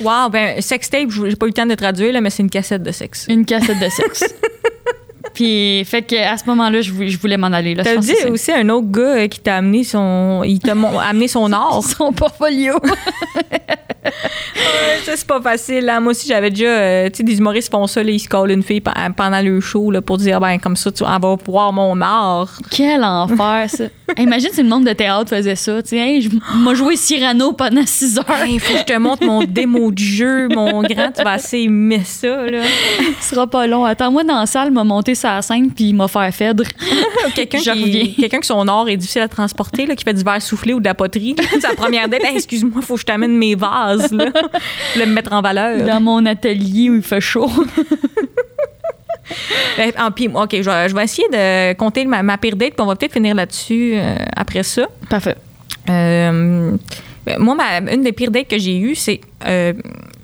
[SPEAKER 2] Wow, ben, sextape, j'ai pas eu le temps de traduire, là, mais c'est une cassette de sexe.
[SPEAKER 1] Une cassette de sexe. Puis, fait que à ce moment-là, je voulais, je voulais m'en aller. Là, Je
[SPEAKER 2] T'as
[SPEAKER 1] pense
[SPEAKER 2] dit
[SPEAKER 1] que c'est-
[SPEAKER 2] aussi un autre gars euh, qui t'a amené son. Il t'a mon- amené son or.
[SPEAKER 1] son portfolio.
[SPEAKER 2] ça, c'est pas facile. hein. Moi aussi, j'avais déjà. euh, tu sais, des humoristes font ça, là, ils se collent une fille pe- pendant le show là, pour dire, ben, comme ça, tu elle va voir mon or.
[SPEAKER 1] Quel enfer, ça. Hey, imagine si le monde de théâtre faisait ça. Tu sais, Hey, je- m'a joué Cyrano pendant 6 heures.
[SPEAKER 2] Hey, Ben, faut que je te montre mon démo de jeu, mon grand, tu vas assez aimer ça, là.
[SPEAKER 1] Ce sera pas long. Attends-moi dans la salle, m'a monté sa scène, puis il m'a fait fèdre.
[SPEAKER 2] Quelqu'un
[SPEAKER 1] Je reviens.
[SPEAKER 2] qui, quelqu'un que son or est difficile à transporter, là, qui fait du verre soufflé ou de la poterie. C'est Sa première date, Hey, excuse-moi, faut que je t'amène mes vases, là. Pour le mettre en valeur.
[SPEAKER 1] Dans mon atelier où il fait chaud.
[SPEAKER 2] Ben, en pire, OK, je vais, je vais essayer de compter ma, ma pire date, puis on va peut-être finir là-dessus euh, après ça.
[SPEAKER 1] Parfait.
[SPEAKER 2] Euh, ben, moi, ma- une des pires dates que j'ai eues, c'est. euh,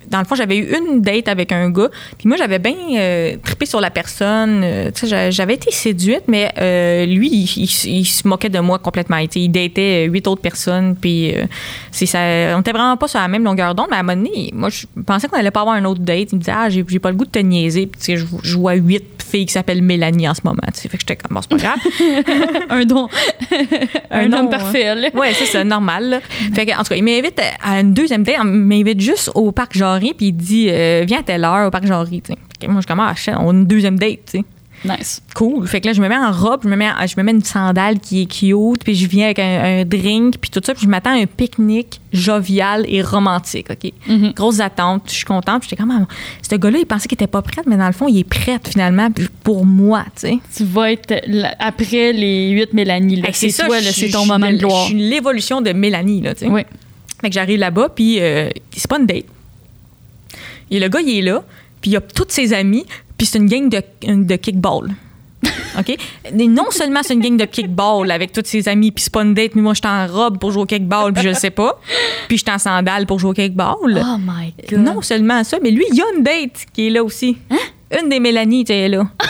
[SPEAKER 2] dans le fond, j'avais eu une date avec un gars, puis moi, j'avais bien euh, trippé sur la personne. euh, tu sais, j'a- j'avais été séduite, mais euh, lui, il, il s- il se moquait de moi complètement. Tu sais, il datait euh, huit autres personnes, puis euh, c'est ça, on était vraiment pas sur la même longueur d'onde, mais à un moment donné, moi, je pensais qu'on allait pas avoir un autre date. Il me disait, ah, j'ai j'ai pas le goût de te niaiser, puis tu sais, je, je vois huit, puis fille qui s'appelle Mélanie en ce moment. Tu sais, fait que j'étais comme, bon, c'est pas grave. Euh,
[SPEAKER 1] un don. un, hein. homme parfait. là.
[SPEAKER 2] Ouais, c'est ça, normal. là. Fait que, en tout cas, il m'invite à une deuxième date, il m'invite juste au parc Jarry, puis il dit, euh, viens à telle heure au parc Jarry. tu sais. Fait que Moi, je commence, on a une deuxième date, tu sais.
[SPEAKER 1] Nice.
[SPEAKER 2] Cool. Fait que là, je me mets en robe, je me mets, en- je me mets une sandale qui est cute, puis je viens avec un, un drink, puis tout ça, puis je m'attends à un pique-nique jovial et romantique, OK?
[SPEAKER 1] Mm-hmm.
[SPEAKER 2] Grosse attente, je suis contente, puis j'étais comme, ah, ce gars-là, il pensait qu'il était pas prêt, mais dans le fond, il est prêt finalement puis pour moi, tu sais.
[SPEAKER 1] Tu vas être là- après les 8 Mélanie. là.
[SPEAKER 2] Fait que
[SPEAKER 1] C'est toi,
[SPEAKER 2] je
[SPEAKER 1] là,
[SPEAKER 2] suis-
[SPEAKER 1] c'est ton
[SPEAKER 2] je suis
[SPEAKER 1] moment de gloire.
[SPEAKER 2] Je suis l'évolution de Mélanie, là, tu sais.
[SPEAKER 1] Oui.
[SPEAKER 2] Fait que j'arrive là-bas, puis euh, c'est pas une date. Et le gars, il est là, puis il a tous ses amis, puis c'est une gang de, de kickball. OK? Et non seulement c'est une gang de kickball avec tous ses amis, puis c'est pas une date, mais moi, je suis en robe pour jouer au kickball, puis je le sais pas. Puis je suis en sandales pour jouer au kickball.
[SPEAKER 1] Oh my God.
[SPEAKER 2] Non seulement ça, mais lui, il y a une date qui est là aussi.
[SPEAKER 1] Hein?
[SPEAKER 2] Une des Mélanie était là.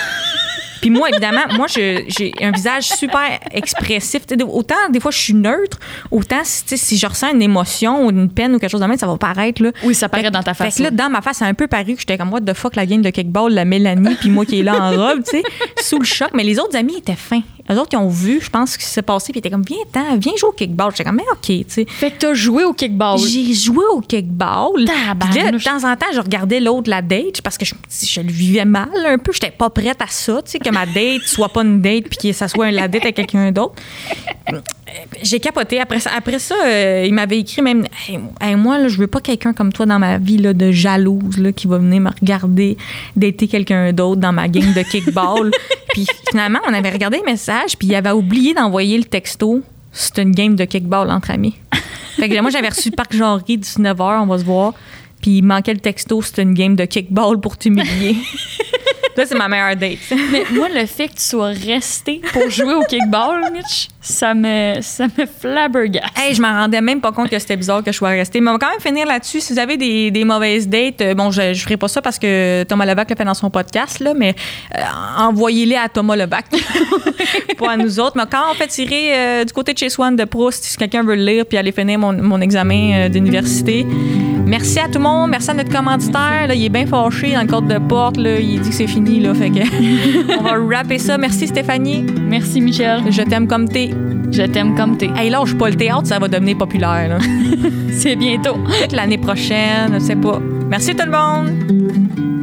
[SPEAKER 2] Puis moi, évidemment, moi, je- j'ai un visage super expressif. Tu sais, Autant, des fois, je suis neutre, autant si, tu sais, si je ressens une émotion ou une peine ou quelque chose de même, ça va paraître. Là.
[SPEAKER 1] Oui, ça paraît dans ta face.
[SPEAKER 2] Fait que là, dans ma face, ça a un peu paru que j'étais comme, what the fuck, la gang de kickball, la Mélanie, puis moi qui est là en robe, tu sais, sous le choc. Mais les autres amis étaient fins. Les autres, ils ont vu, je pense, ce qui s'est passé, puis ils étaient comme, viens, attends, viens jouer au kickball. J'étais comme, mais OK, tu sais.
[SPEAKER 1] Fait que t'as joué au kickball.
[SPEAKER 2] J'ai joué au kickball. Puis là, de
[SPEAKER 1] Tabarnouche.
[SPEAKER 2] temps en temps, je regardais l'autre, la date, parce que je, je le vivais mal un peu. J'étais pas prête à ça, tu sais, que ma date soit pas une date, puis que ça soit la date avec quelqu'un d'autre. Euh, J'ai capoté. Après ça, après ça euh, il m'avait écrit même Hey, hey, Moi, là, je veux pas quelqu'un comme toi dans ma vie là, de jalouse là, qui va venir me regarder dater quelqu'un d'autre dans ma gang de kickball. puis finalement, on avait regardé le message, puis il avait oublié d'envoyer le texto. C'est une game de kickball entre amis. Fait que là, moi, j'avais reçu le parc Jean-Ry 19h, on va se voir. Puis il manquait le texto, c'était une game de kickball pour t'humilier. là, c'est ma meilleure date.
[SPEAKER 1] Mais moi, le fait que tu sois resté pour jouer au kickball, Mitch, ça me, ça me flabbergasse.
[SPEAKER 2] Hey, je m'en rendais même pas compte que c'était bizarre que je sois restée. Mais on va quand même finir là-dessus. Si vous avez des, des mauvaises dates, euh, bon, je, je ferai pas ça parce que Thomas Levac le fait dans son podcast, là, mais euh, envoyez-les à Thomas Levac, pas à nous autres. Mais quand on fait tirer euh, du côté de chez Swan de Proust, si quelqu'un veut le lire puis aller finir mon, mon examen euh, d'université. Merci à tout le monde. Merci à notre commanditaire. là. il est bien fâché dans le code de porte. là. il dit que c'est fini. Là, fait que on va rapper ça. Merci Stéphanie.
[SPEAKER 1] Merci Michel.
[SPEAKER 2] Je t'aime comme t'es.
[SPEAKER 1] Je t'aime comme t'es.
[SPEAKER 2] Hey, lâche pas le théâtre, ça va devenir populaire. là.
[SPEAKER 1] C'est bientôt.
[SPEAKER 2] Peut-être l'année prochaine, je sais pas. Merci tout le monde.